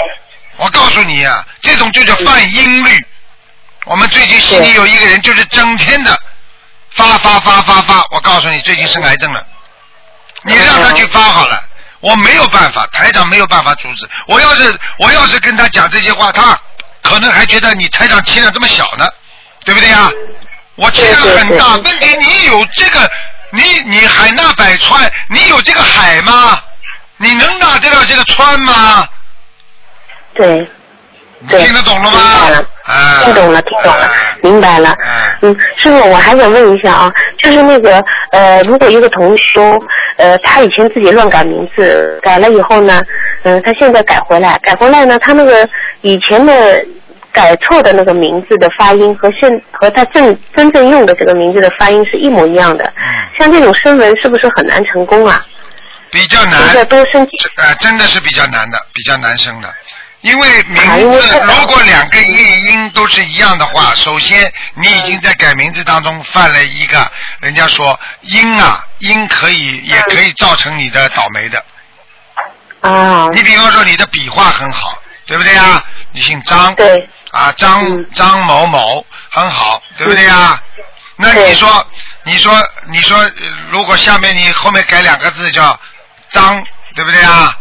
S2: 我告诉你啊，这种就叫犯音律。我们最近心里
S5: 对
S2: 有一个人，就是整天的发发发发发。我告诉你，最近生癌症了。你让他去发好了，我没有办法，台长没有办法阻止。我要是我要是跟他讲这些话，他可能还觉得你台长气量这么小呢，对不对呀？我气量很大，
S5: 对对
S2: 问题你有这个，你你海纳百川，你有这个海吗？你能拿得了这个川吗？
S5: 对。
S2: 你
S5: 对
S2: 听得懂了吗？
S5: 明白了
S2: 啊，
S5: 听懂了，听懂了
S2: 啊，
S5: 明白了。
S2: 嗯
S5: 嗯，师傅，我还想问一下啊，就是那个呃，如果一个同修，呃，他以前自己乱改名字，改了以后呢，嗯、他现在改回来，改回来呢，他那个以前的改错的那个名字的发音和现和他正真正用的这个名字的发音是一模一样的。
S2: 嗯
S5: 像这种声纹是不是很难成功啊？
S2: 比较
S5: 现
S2: 难
S5: 在，多申请。
S2: 这呃，真的是比较难的，比较难生的。因为名
S5: 哎我
S2: 字
S5: 知道
S2: 如果两个译音都是一样的话，首先你已经在改名字当中犯了一个，人家说音啊，音可以也可以造成你的倒霉的。
S5: 啊，
S2: 你比方说你的笔画很好，对不对啊？你姓张，
S5: 对，
S2: 啊，张、
S5: 嗯
S2: 张某某很好，对不对呀？那你
S5: 对
S2: 说，你说，你说，呃如果下面你后面改两个字叫张，对不对啊？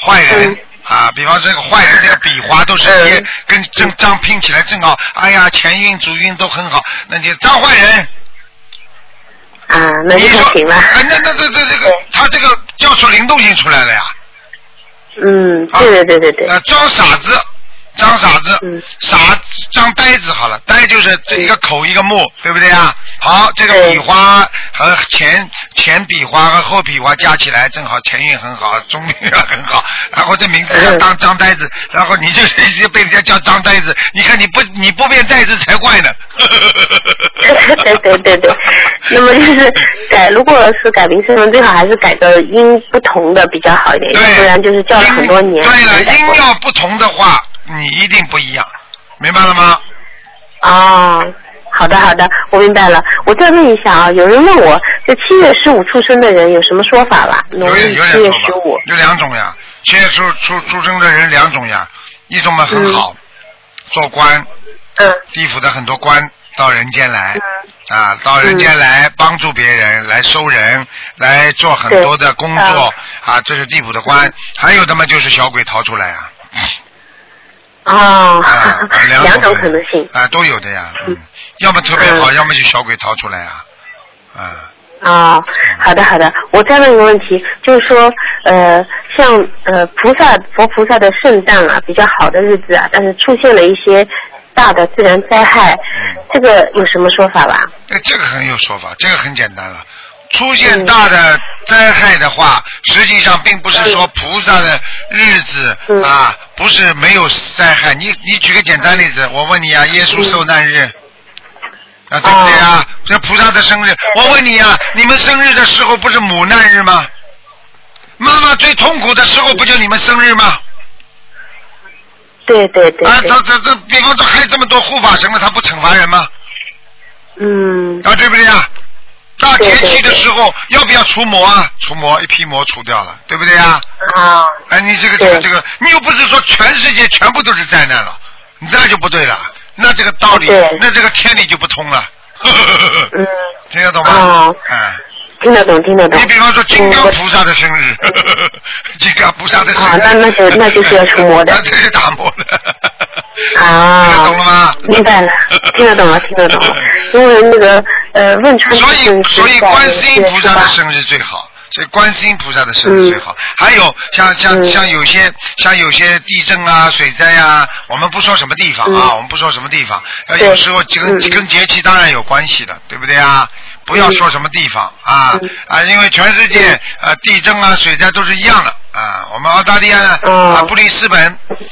S2: 坏人、
S5: 嗯
S2: 啊，比方说这个坏人这个笔划都是一、
S5: 嗯
S2: 跟正张拼起来正好，哎呀，前运主运都很好，那你就张坏人，
S5: 啊，那
S2: 你
S5: 就
S2: 说
S5: 不行了。嗯
S2: 哎，那那这这这个
S5: 对
S2: 他这个叫出灵动性出来了呀。
S5: 嗯，对对对对对。
S2: 啊，装傻子，装傻子，
S5: 嗯
S2: 傻装呆子好了，呆就是这一个口一个目，对不对啊？好，这个
S5: 对
S2: 笔画和前前笔画和后笔画加起来正好前运很好，中运 很好，然后这名字叫
S5: 嗯
S2: 当张呆子，然后你就一直被人家叫张呆子，你看你不你不变呆子才怪呢。
S5: 对 对对对，那么就是改，如果是改名声纹，最好还是改个音不同的比较好一点，
S2: 对，
S5: 要不然就是叫了很多年
S2: 音对了，
S5: 没改
S2: 音
S5: 过。
S2: 要不同的话，你一定不一样，明白了吗？
S5: 哦，好的好的，我明白了。我再问一下啊，有人问我，这七月十五出生的人有什么说法吧？农
S2: 有
S5: 历
S2: 点有
S5: 七
S2: 点
S5: 月
S2: 说
S5: 十五
S2: 法，有两种呀。七月出出出生的人两种呀，一种嘛很好，做官，
S5: 嗯
S2: 地府的很多官到人间来，啊，到人间来
S5: 嗯
S2: 帮助别人，来收人，来做很多的工作，
S5: 嗯
S2: 啊，这是地府的官。还有的嘛就是小鬼逃出来啊，
S5: 哦
S2: 啊，啊两
S5: 两种
S2: 的
S5: 可能性嗯
S2: 啊都有的呀，嗯，要么特别好，要么就小鬼逃出来啊，啊。
S5: 哦，好的好的，我再问一个问题，就是说，呃，像呃菩萨佛菩萨的圣诞啊，比较好的日子啊，但是出现了一些大的自然灾害，
S2: 嗯
S5: 这个有什么说法吧？
S2: 哎，这个很有说法，这个很简单了。出现大的灾害的话，实际上并不是说菩萨的日子、
S5: 嗯
S2: 啊，不是没有灾害。你你举个简单例子，我问你啊，耶稣受难日。啊，对不对啊？这菩萨的生日，我问你啊，你们生日的时候不是母难日吗？妈妈最痛苦的时候不就你们生日吗？
S5: 对对对
S2: 啊，
S5: 对
S2: 这，这这，比方说还这么多护法神了，他不惩罚人吗？
S5: 嗯，
S2: 啊，对不对啊？大节气
S5: 对对
S2: 的
S5: 对
S2: 时候要不要除魔啊？除魔一批魔除掉了，对不对啊？
S5: 啊，
S2: 哎，你这个这个
S5: 对
S2: 这个，你又不是说全世界全部都是灾难了，那就不对了，那这个道理
S5: 对，
S2: 那这个天理就不通了。
S5: 嗯，
S2: 听得懂吗
S5: 哦？
S2: 哎，
S5: 听得懂听得懂
S2: 你。比方说金刚
S5: 嗯我
S2: 菩萨的生日， 金刚菩萨的生日，
S5: 啊那那就那就是要除魔的
S2: 那这是打磨的。听
S5: 啊
S2: 得懂了吗？
S5: 明 白了，听得懂了，听得懂了。因为那个呃，汶川
S2: 所以，
S5: 是
S2: 所以
S5: 在
S2: 观世音菩萨的
S5: 7月18
S2: 生日最好，所以观世音菩萨的生日最好。还有像像
S5: 嗯
S2: 像有些像有些地震啊、水灾啊，我们不说什么地方啊，
S5: 嗯
S2: 我们不说什么地方，呃，
S5: 对
S2: 有时候跟
S5: 嗯嗯
S2: 跟节气当然有关系的，对不对啊？不要说什么地方啊
S5: 嗯
S2: 啊，因为全世界呃地震啊、水灾都是一样的啊。我们澳大利亚呢
S5: 哦
S2: 啊，布里斯本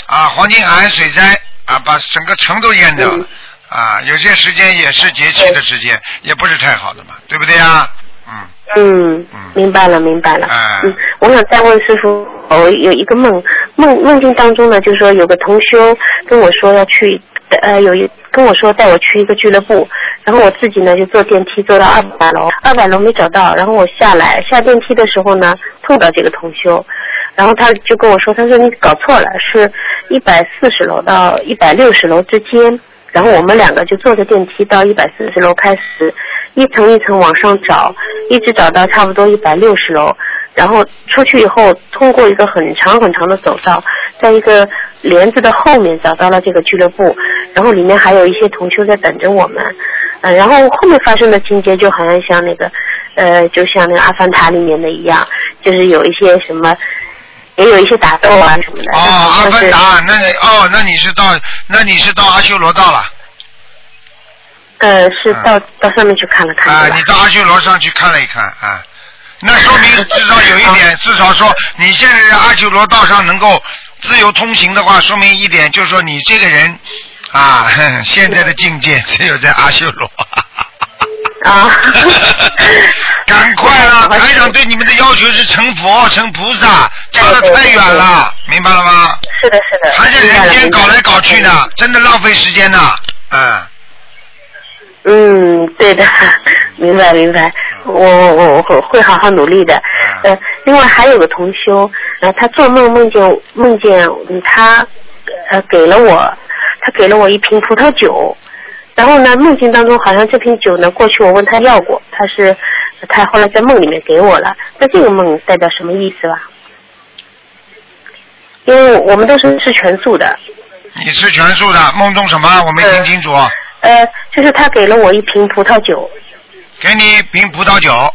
S2: 啊，黄金海岸水灾啊，把整个城都淹掉了
S5: 嗯。
S2: 啊，有些时间也是节气的时间，也不是太好的嘛，对不对呀？嗯，
S5: 嗯
S2: 嗯，
S5: 明白了，明白了。
S2: 哎
S5: 嗯，我想再问师傅，我有一个梦，梦梦境当中呢，就是说有个同修跟我说要去，呃，有一跟我说带我去一个俱乐部，然后我自己呢就坐电梯坐到二百楼，二百楼没找到，然后我下来下电梯的时候呢碰到这个同修，然后他就跟我说，他说你搞错了，是一百四十楼到一百六十楼之间。然后我们两个就坐着电梯到一百四十楼开始，一层一层往上找，一直找到差不多一百六十楼。然后出去以后，通过一个很长很长的走道，在一个帘子的后面找到了这个俱乐部，然后里面还有一些同修在等着我们。嗯，然后后面发生的情节就好像像那个，呃，就像那个《阿凡达》里面的一样，就是有一些什么，也有一些打斗啊什么的。
S2: 哦，阿
S5: 但是
S2: 凡达，那你哦，那你是到那你是到阿修罗道了
S5: 呃，是到、到上面去看了看，
S2: 啊？
S5: 对吧
S2: 你到阿修罗上去看了一看啊？那说明至少有一点，至少说你现在在阿修罗道上能够自由通行的话，说明一点就是说你这个人啊，哼现在的境界只有在阿修罗。，
S5: 啊
S2: 赶快啦！台长对你们的要求是成佛、成菩萨，讲的太远了，明白了吗？
S5: 是的，是的，
S2: 还在
S5: 明
S2: 人
S5: 白了
S2: 间搞来搞去。
S5: 明白了
S2: 呢，真的浪费时间呢。嗯，
S5: 嗯，对的， 明白明白，我我我我会好好努力的。呃，另外还有个同修，呃，他做梦梦见梦见嗯他呃给了我，他给了我一瓶葡萄酒，然后呢梦境当中好像这瓶酒呢，过去我问他要过，他是他后来在梦里面给我了。那这个梦代表什么意思吧？因为我们都是吃全素的，
S2: 你吃全素的，梦中什么？我没
S5: 嗯
S2: 听清楚。
S5: 呃，就是他给了我一瓶葡萄酒，
S2: 给你一瓶葡萄酒。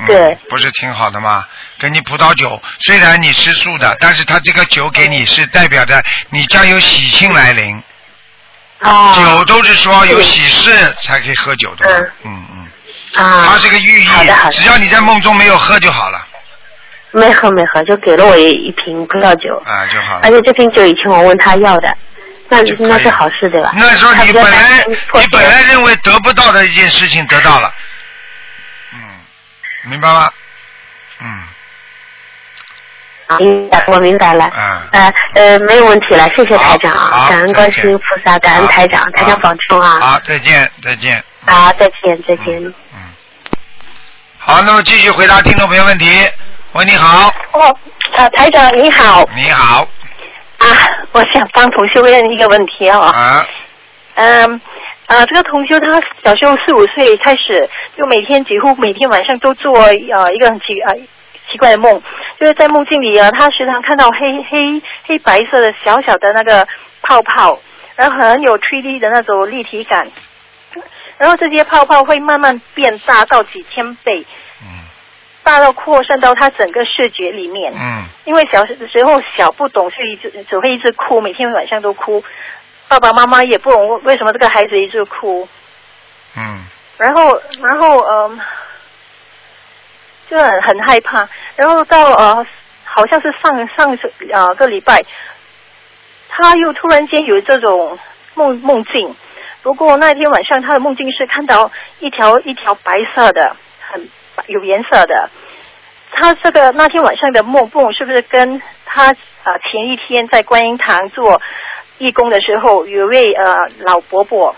S2: 嗯
S5: 对。
S2: 不是挺好的吗？给你葡萄酒，虽然你吃素的，但是他这个酒给你是代表着你将有喜庆来临。
S5: 啊，
S2: 酒都是说有喜事才可以喝酒的嘛。嗯嗯。
S5: 啊，
S2: 它是个寓意
S5: 好的好，的
S2: 只要你在梦中没有喝就好了，
S5: 没喝没喝，就给了我一一瓶葡萄酒，
S2: 啊就好了
S5: 而。且这瓶酒以前我问他要的，那
S2: 就可以
S5: 那是好事对吧？
S2: 那时候
S5: 他
S2: 你
S5: 比较
S2: 本
S5: 担
S2: 来
S5: 心破
S2: 你本
S5: 戒
S2: 来认为得不到的一件事情得到了，嗯，明白吗？嗯，
S5: 啊明白，我明白了。
S2: 嗯
S5: 呃呃，没有问题了，谢谢台长
S2: 好
S5: 啊，感恩
S2: 再
S5: 观
S2: 见
S5: 世音菩萨，感恩
S2: 好
S5: 台长，台长
S2: 好
S5: 保重啊。
S2: 好，再见，再见。
S5: 好，再见，再见。
S2: 嗯，好，那么继续回答听众朋友问题。喂，你好，
S6: 哦，啊，台长你好
S2: 你好，
S6: 啊，我想帮同修问一个问题啊、
S2: 啊，
S6: 嗯，啊，这个同修他小时候四五岁开始，就每天几乎每天晚上都做呃一个很奇呃奇怪的梦，就是在梦境里啊，他时常看到黑黑黑白色的小小的那个泡泡，然后很有 3D 的那种立体感，然后这些泡泡会慢慢变大到几千倍，
S2: 嗯
S6: 大到扩散到他整个视觉里面。
S2: 嗯
S6: 因为小时候小不懂事，一直只会一直哭，每天晚上都哭。爸爸妈妈也不懂为什么这个孩子一直哭。
S2: 嗯
S6: 然后，然后，嗯，就很很害怕。然后到呃，好像是上上呃个礼拜，他又突然间有这种梦梦境。不过那天晚上他的梦境是看到一条一条白色的，很白有颜色的。他这个那天晚上的梦梦是不是跟他啊、呃前一天在观音堂做义工的时候，有一位呃老伯伯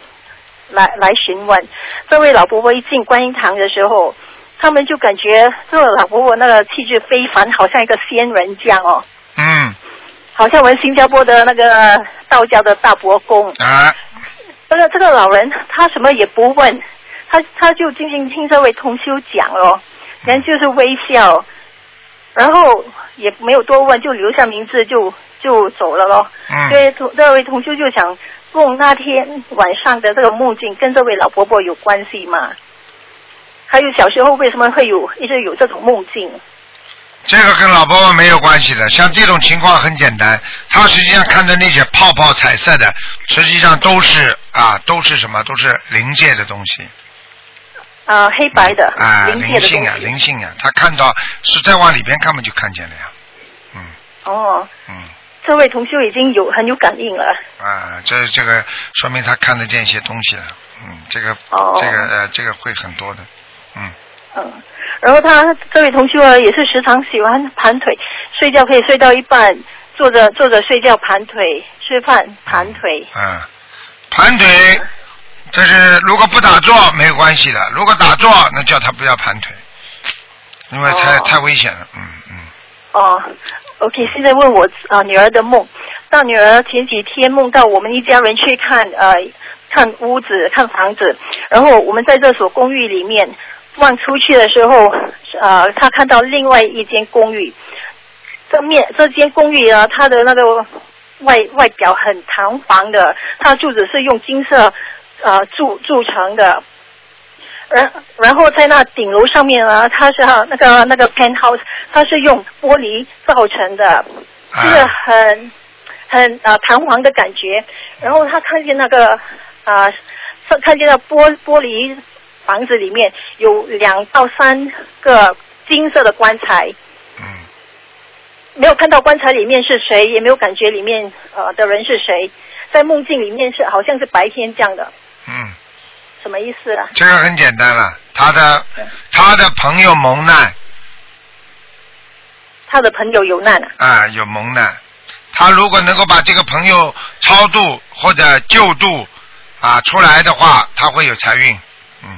S6: 来来询问，这位老伯伯一进观音堂的时候，他们就感觉这个老伯伯那个气质非凡，好像一个仙人这样哦，
S2: 嗯，
S6: 好像我们新加坡的那个道教的大伯公。
S2: 啊，
S6: 这个这个老人他什么也不问，他他就静静听这位同修讲哦，
S2: 嗯
S6: 人就是微笑，然后也没有多问，就留下名字就就走了咯。
S2: 嗯
S6: 所以同这位同修就想问那天晚上的这个梦境跟这位老伯伯有关系吗？还有小时候为什么会有一直有这种梦境？
S2: 这个跟老婆婆没有关系的，像这种情况很简单，她实际上看的那些泡泡彩色的，实际上都是啊，都是什么？都是灵界的东西。
S6: 啊、黑白的，
S2: 啊，
S6: 灵界
S2: 灵
S6: 的东西。
S2: 性啊，灵性啊，她看到是再往里边看嘛，就看见了呀。嗯
S6: 哦，
S2: 嗯
S6: 这位同修已经有很有感应了。
S2: 啊，这这个说明她看得见一些东西了。嗯，这个、
S6: 哦
S2: 这个呃，这个会很多的。嗯
S6: 嗯，然后他这位同修啊，也是时常喜欢盘腿，睡觉可以睡到一半，坐着坐着睡觉盘腿，吃饭盘腿。
S2: 嗯，盘腿，这是如果不打坐没有关系的，如果打坐那叫她不要盘腿，因为太、
S6: 哦
S2: 太危险了。嗯嗯。
S6: 哦、o k 现在问我啊、呃女儿的梦，大女儿前几天梦到我们一家人去看呃看屋子看房子，然后我们在这所公寓里面望出去的时候，呃，她看到另外一间公寓，这面这间公寓啊，它的那个外外表很堂皇的，它柱子是用金色呃铸铸成的，然然后在那顶楼上面啊，它是啊那个那个 penthouse，它是用玻璃造成的，就是
S2: 啊
S6: 很很啊弹簧的感觉。然后他看见那个啊，上看见那玻玻璃房子里面有两到三个金色的棺材，
S2: 嗯，
S6: 没有看到棺材里面是谁，也没有感觉里面呃的人是谁，在梦境里面是好像是白天这样的，
S2: 嗯，
S6: 什么意思啊？
S2: 这个很简单了。他的
S6: 嗯
S2: 他的朋友蒙难
S6: 他的朋友有难啊？
S2: 啊，有蒙难。他如果能够把这个朋友超度或者救度啊出来的话，他会有财运。嗯，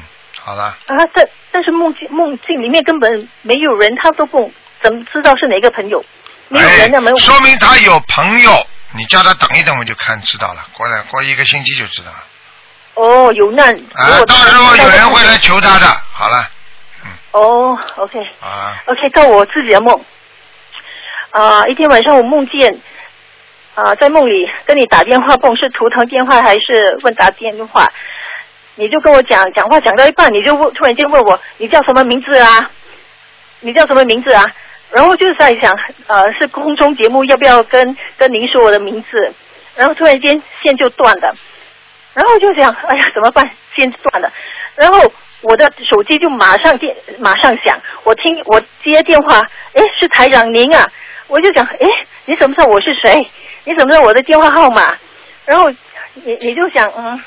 S2: 好了，
S6: 啊，但但是梦境梦境里面根本没有人，他都不怎么知道是哪个朋友？没有人
S2: 哎
S6: 那没有
S2: 说明他有朋友。你叫他等一等，我就看知道了。过两过一个星期就知道了。
S6: 哦，有难。如
S2: 啊
S6: 果，
S2: 到时候有人会来求他的。好了，
S6: 哦，OK
S2: 好了。
S6: OK，到我自己的梦。啊、一天晚上我梦见，啊、在梦里跟你打电话，不管是图腾电话还是问答电话，你就跟我讲讲话讲到一半，你就问突然间问我你叫什么名字啊？你叫什么名字啊？然后就是在想，呃，是空中节目要不要跟跟您说我的名字？然后突然间线就断了，然后就想，哎呀，怎么办？线断了，然后我的手机就马上电马上响，我听我接电话，哎，是台长您啊，我就想，哎，你怎么知道我是谁？你怎么知道我的电话号码？然后你你就想，嗯，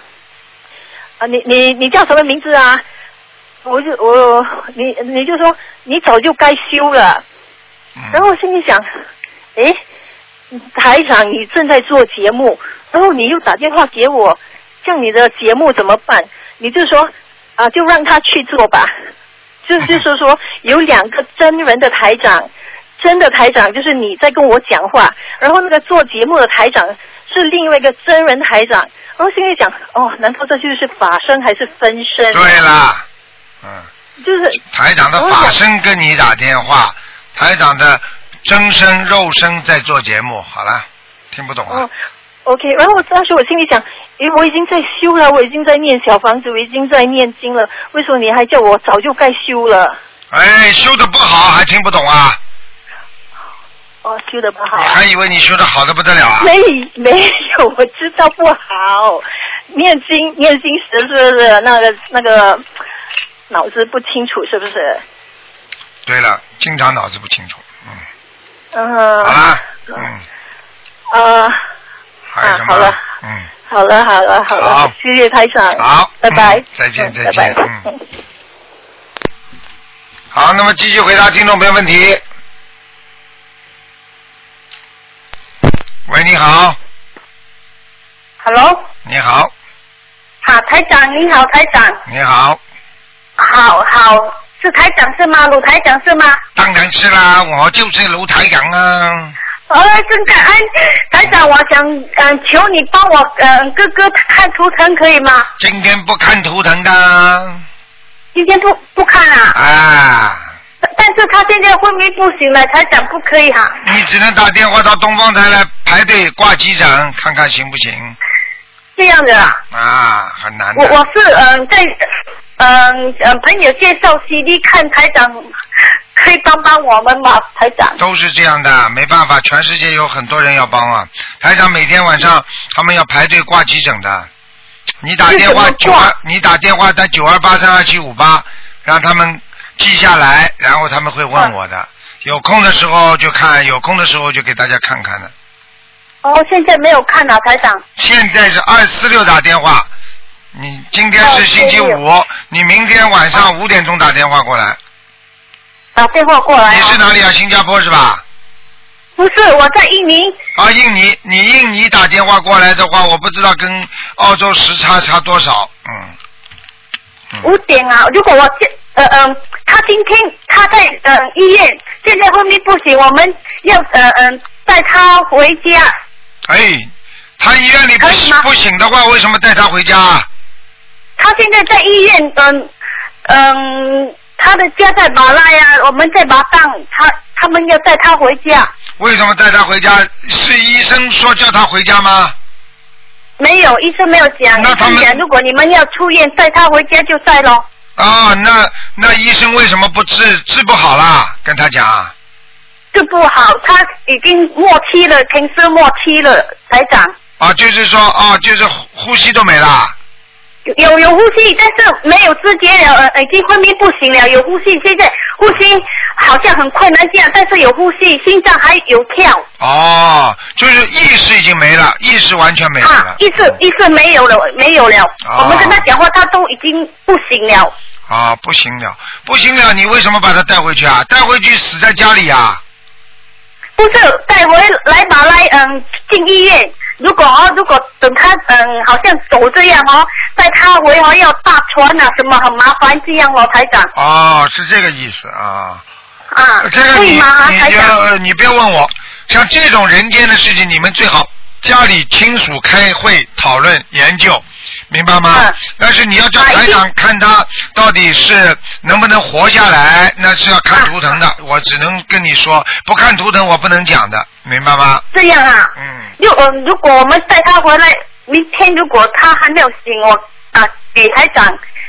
S6: 啊，你你你叫什么名字啊？我就我你你就说你早就该修了，
S2: 嗯
S6: 然后我心里想，哎，台长你正在做节目，然后你又打电话给我，这样你的节目怎么办？你就说啊，就让他去做吧。就就是 说，有两个真人的台长，真的台长就是你在跟我讲话，然后那个做节目的台长是另外一个真人台长，然后心里想，哦，难道这就是法身还是分身？啊
S2: 对啦，嗯，
S6: 就是
S2: 台长
S6: 哎
S2: 的法身跟你打电话，台长的真身肉身在做节目，好了，听不懂啊
S6: 哦？，OK。然后当时我心里想，诶，我已经在修了，我已经在念小房子，我已经在念经了，为什么你还叫我早就该修了？
S2: 哎，修的不好还听不懂啊？
S6: 哦，修的不好
S2: 你
S6: 啊。
S2: 还以为你修的好的不得了啊？
S6: 没没有，我知道不好。念经念经时是不是那个那个脑子不清楚是不是？
S2: 对了，经常脑子不清楚，嗯，
S6: 嗯、
S2: 好啦，嗯，
S6: 呃，
S2: 还有什
S6: 啊好
S2: 么
S6: 了？
S2: 嗯，
S6: 好了好了好了，
S2: 好
S6: 谢谢台长，
S2: 好，
S6: 拜拜，
S2: 嗯再见
S6: 嗯
S2: 再见
S6: 拜拜
S2: 嗯好，那么继续回答听众朋友问题。喂，你好，
S7: Hello，
S2: 你好，
S7: 好，台长你好，台长，
S2: 你好，
S7: 好好，是台长是吗？鲁台长是吗？
S2: 当然是啦，我就是卢台长啊。
S7: 哦，真感恩，台长，我想嗯、求你帮我嗯、呃哥哥看图腾可以吗？
S2: 今天不看图腾的
S7: 今天不不看啊，
S2: 啊，
S7: 但是他现在昏迷不醒了，台长不可以哈、
S2: 你只能打电话到东方台来排队挂急诊，看看行不行
S7: 这样的啊。
S2: 啊，很难
S7: 我
S2: 的。
S7: 我是嗯、呃在嗯嗯、呃朋友介绍 CD 看台长，可以帮帮我们吗？台长，
S2: 都是这样的，没办法，全世界有很多人要帮啊。台长每天晚上他们要排队挂急诊的，你打电话
S7: 是怎
S2: 九
S7: 么挂
S2: 二，你打电话在九二八三二七五八，让他们记下来，然后他们会问我的。有空的时候就看，有空的时候就给大家看看的。
S7: 哦，现在没有看啊，台长。
S2: 现在是二四六打电话，你今天是星期五
S7: 246，
S2: 你明天晚上五点钟打电话过来。
S7: 哦打电话过来、
S2: 你
S7: 啊。
S2: 是哪里啊？新加坡是吧？
S7: 不是，我在印尼。
S2: 啊，印尼，你印尼打电话过来的话，我不知道跟澳洲时差差多少。嗯，
S7: 五点啊，如果我现呃嗯，他今天他在呃医院，现在后面不行，我们要呃嗯、带他回家，
S2: 哎，他医院里不
S7: 可以吗
S2: 不醒的话，为什么带他回家啊？
S7: 他现在在医院，嗯嗯，他的家在马拉呀，我们在马当，他他们要带他回家，
S2: 为什么带他回家？是医生说叫他回家吗？
S7: 没有医生没有讲，
S2: 那
S7: 医
S2: 他
S7: 生
S2: 们
S7: 讲如果你们要出院带他回家就带咯。
S2: 啊，那那医生为什么不治治不好啦？跟他讲啊，
S7: 这不好，他已经末期了，停尸末期了，台长
S2: 啊，就是说啊，就是呼呼吸都没啦。
S7: 有有呼吸，但是没有知觉了，呃，已经昏迷不醒了，有呼吸，现在呼吸好像很困难这样，但是有呼吸，心脏还有跳
S2: 哦，就是意识已经没了，意识完全没有
S7: 啊
S2: 了，。嗯
S7: 意识意识没有了，没有了，
S2: 啊
S7: 我们跟他讲话，他都已经不醒了，
S2: 啊，不行了，不行了！你为什么把他带回去啊？带回去死在家里啊？
S7: 不是带回来马来嗯进医院。如果哦，如果等他嗯，好像走这样哦，带他回哦要搭船啊，什么很麻烦这样哦，台长。
S2: 哦，是这个意思啊。
S7: 啊，
S2: 这个
S7: 可
S2: 你
S7: 以吗，台
S2: 你
S7: 长？
S2: 就呃你别问我，像这种人间的事情，你们最好家里亲属开会讨论研究，明白吗？
S7: 嗯
S2: 但是你要叫
S7: 啊
S2: 台
S7: 一定
S2: 长看他到底是能不能活下来，那是要
S7: 啊
S2: 看图腾的。我只能跟你说，不看图腾我不能讲的，明白吗？
S7: 这样啊，
S2: 嗯，
S7: 如果如果我们带他回来，明天如果他还没有醒，我啊给台长，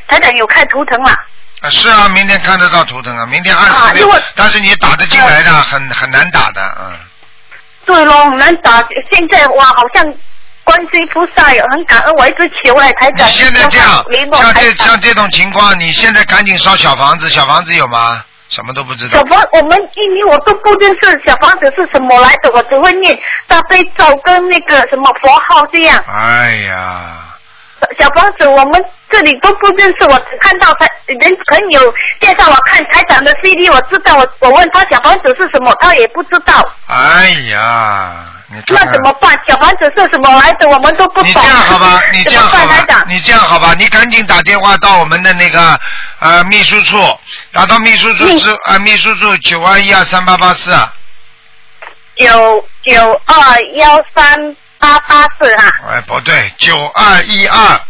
S7: 台长有看图腾嘛？
S2: 啊是啊，明天看得到图腾啊，明天二
S7: 啊
S2: 十
S7: 如
S2: 六
S7: 果，嗯
S2: 但是你打得进来的，很很难打的，嗯。
S7: 对咯，我们打现在哇，好像观世音菩萨很感恩，我一直求哎，台
S2: 你
S7: 长。
S2: 现在这样，
S7: 联络
S2: 像
S7: 台
S2: 这
S7: 长
S2: 像这种情况，你现在赶紧烧小房子，小房子有吗？什么都不知道
S7: 小。房，我们印尼我都不认识小房子是什么来的，我只会念大悲咒跟那个什么佛号这样。
S2: 哎呀，
S7: 小房子，我们这里都不认识，我只看到台人朋友介绍我看台长的 CD，我知道，我我问他小房子是什么，他也不知道，
S2: 哎呀，你看
S7: 那
S2: 看
S7: 怎么办？小房子是什么来的，我们都不懂。
S2: 你这样好吧？你这样好
S7: 怎么办台
S2: 吧
S7: 长？？
S2: 你这样好吧？你赶紧打电话到我们的那个呃秘书处，打到秘书处之啊、秘书处九二一二三八八四啊，
S7: 九九二幺三八八四啊哈，
S2: 哎不对，九二一二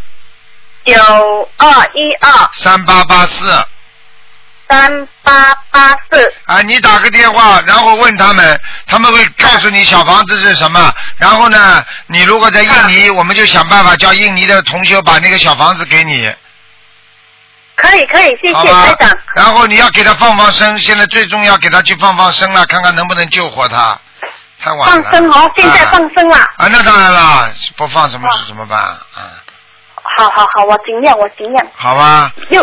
S7: 九二一二
S2: 三八八四。
S7: 啊三八八四。
S2: 啊，你打个电话，然后问他们，他们会告诉你小房子是什么。然后呢，你如果在印尼，
S7: 啊
S2: 我们就想办法叫印尼的同学把那个小房子给你，
S7: 可以可以，哎谢
S2: 好
S7: 谢
S2: 吧
S7: 台长。？
S2: 然后你要给他放放生，现在最重要给他去放放生了，看看能不能救活他。太晚了。
S7: 放生哦，现在放生了。
S2: 啊，那当然了，不放什么事怎么办啊？
S7: 好好好，我尽量，我尽量。
S2: 好吧。
S7: 又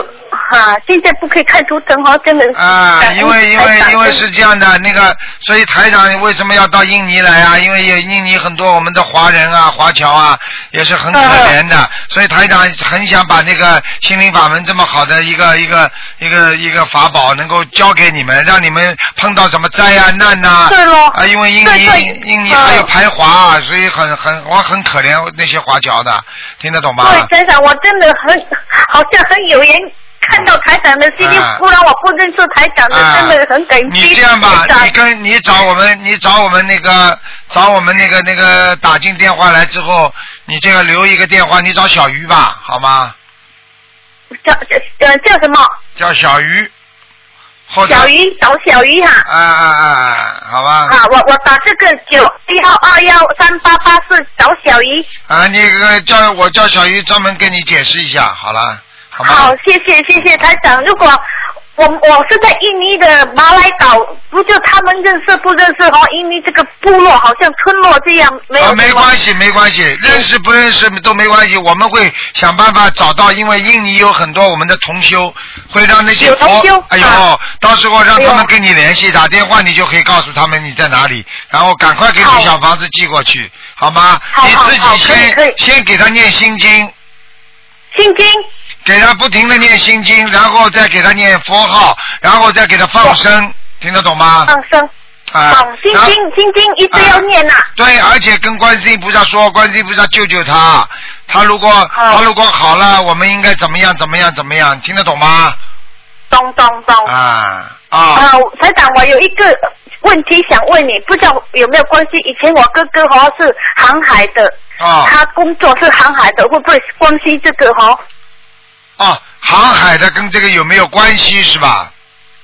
S7: 哈、现在不可以看图腾哦，真的
S2: 啊
S7: 感，恩
S2: 因为因
S7: 台
S2: 为
S7: 长
S2: 因为是这样的，那个，所以台长为什么要到印尼来啊？因为也印尼很多我们的华人啊、华侨啊，也是很可怜的， 所以台长很想把那个心灵法门这么好的一个一个一个一个法宝能够教给你们，让你们碰到什么灾啊、难呐、
S7: 对咯
S2: 啊，因为印尼
S7: 对对
S2: 印尼还有
S7: 嗯
S2: 排华、啊，所以很很我很可怜那些华侨的，听得懂吗？
S7: 对台长，我真的很好像很有缘看到台长的 CD，、
S2: 啊
S7: 不然我不认识台长的，
S2: 啊，
S7: 真的很感激。
S2: 你这样吧
S7: 台，长
S2: 你跟你找我们，你找我们那个找我们那个那个打进电话来之后，你这个留一个电话，你找小鱼吧，好吗？
S7: 叫呃叫什么？
S2: 叫小鱼，或者
S7: 小鱼找小鱼哈、
S2: 啊啊啊啊，好吧。
S7: 啊，我我打这个九一号二幺三八八四找小鱼，
S2: 啊，那个叫我叫小鱼专门跟你解释一下，好了，好吗？
S7: 好，谢谢谢谢台长。如果我我是在印尼的马来岛，不就他们认识不认识哦？印尼这个部落好像村落这样，没有、
S2: 啊，没关。系，没关系，认识不认识都没关系，我们会想办法找到，因为印尼有很多我们的同修，会让那些
S7: 有
S2: 佛，
S7: 同修
S2: 哎呦，
S7: 啊
S2: 到时候让
S7: 哎呦
S2: 他们跟你联系，打电话你就可以告诉他们你在哪里，然后赶快给你
S7: 好
S2: 小房子寄过去，好吗？
S7: 好
S2: 你
S7: 好
S2: 自己
S7: 好可以可以
S2: 先先给他念心经，
S7: 心经
S2: 给他不停的念心经，然后再给他念佛号，然后再给他放生，听得懂吗？
S7: 放生，
S2: 啊，
S7: 好，心
S2: 然后
S7: 经心经一直要念呐、啊
S2: 对，啊而且跟观世音菩萨说，观世音菩萨救救他，他如果
S7: 好
S2: 他如果好了，我们应该怎么样怎么样怎么样，听得懂吗？
S7: 咚咚咚。
S2: 啊
S7: 啊
S2: 啊，，
S7: 台长，我有一个问题想问你，不知道有没有关系？以前我哥哥哈是航海的，
S2: 啊
S7: 他工作是航海的，会不会关系这个哦哈？
S2: 啊！航海的跟这个有没有关系是吧？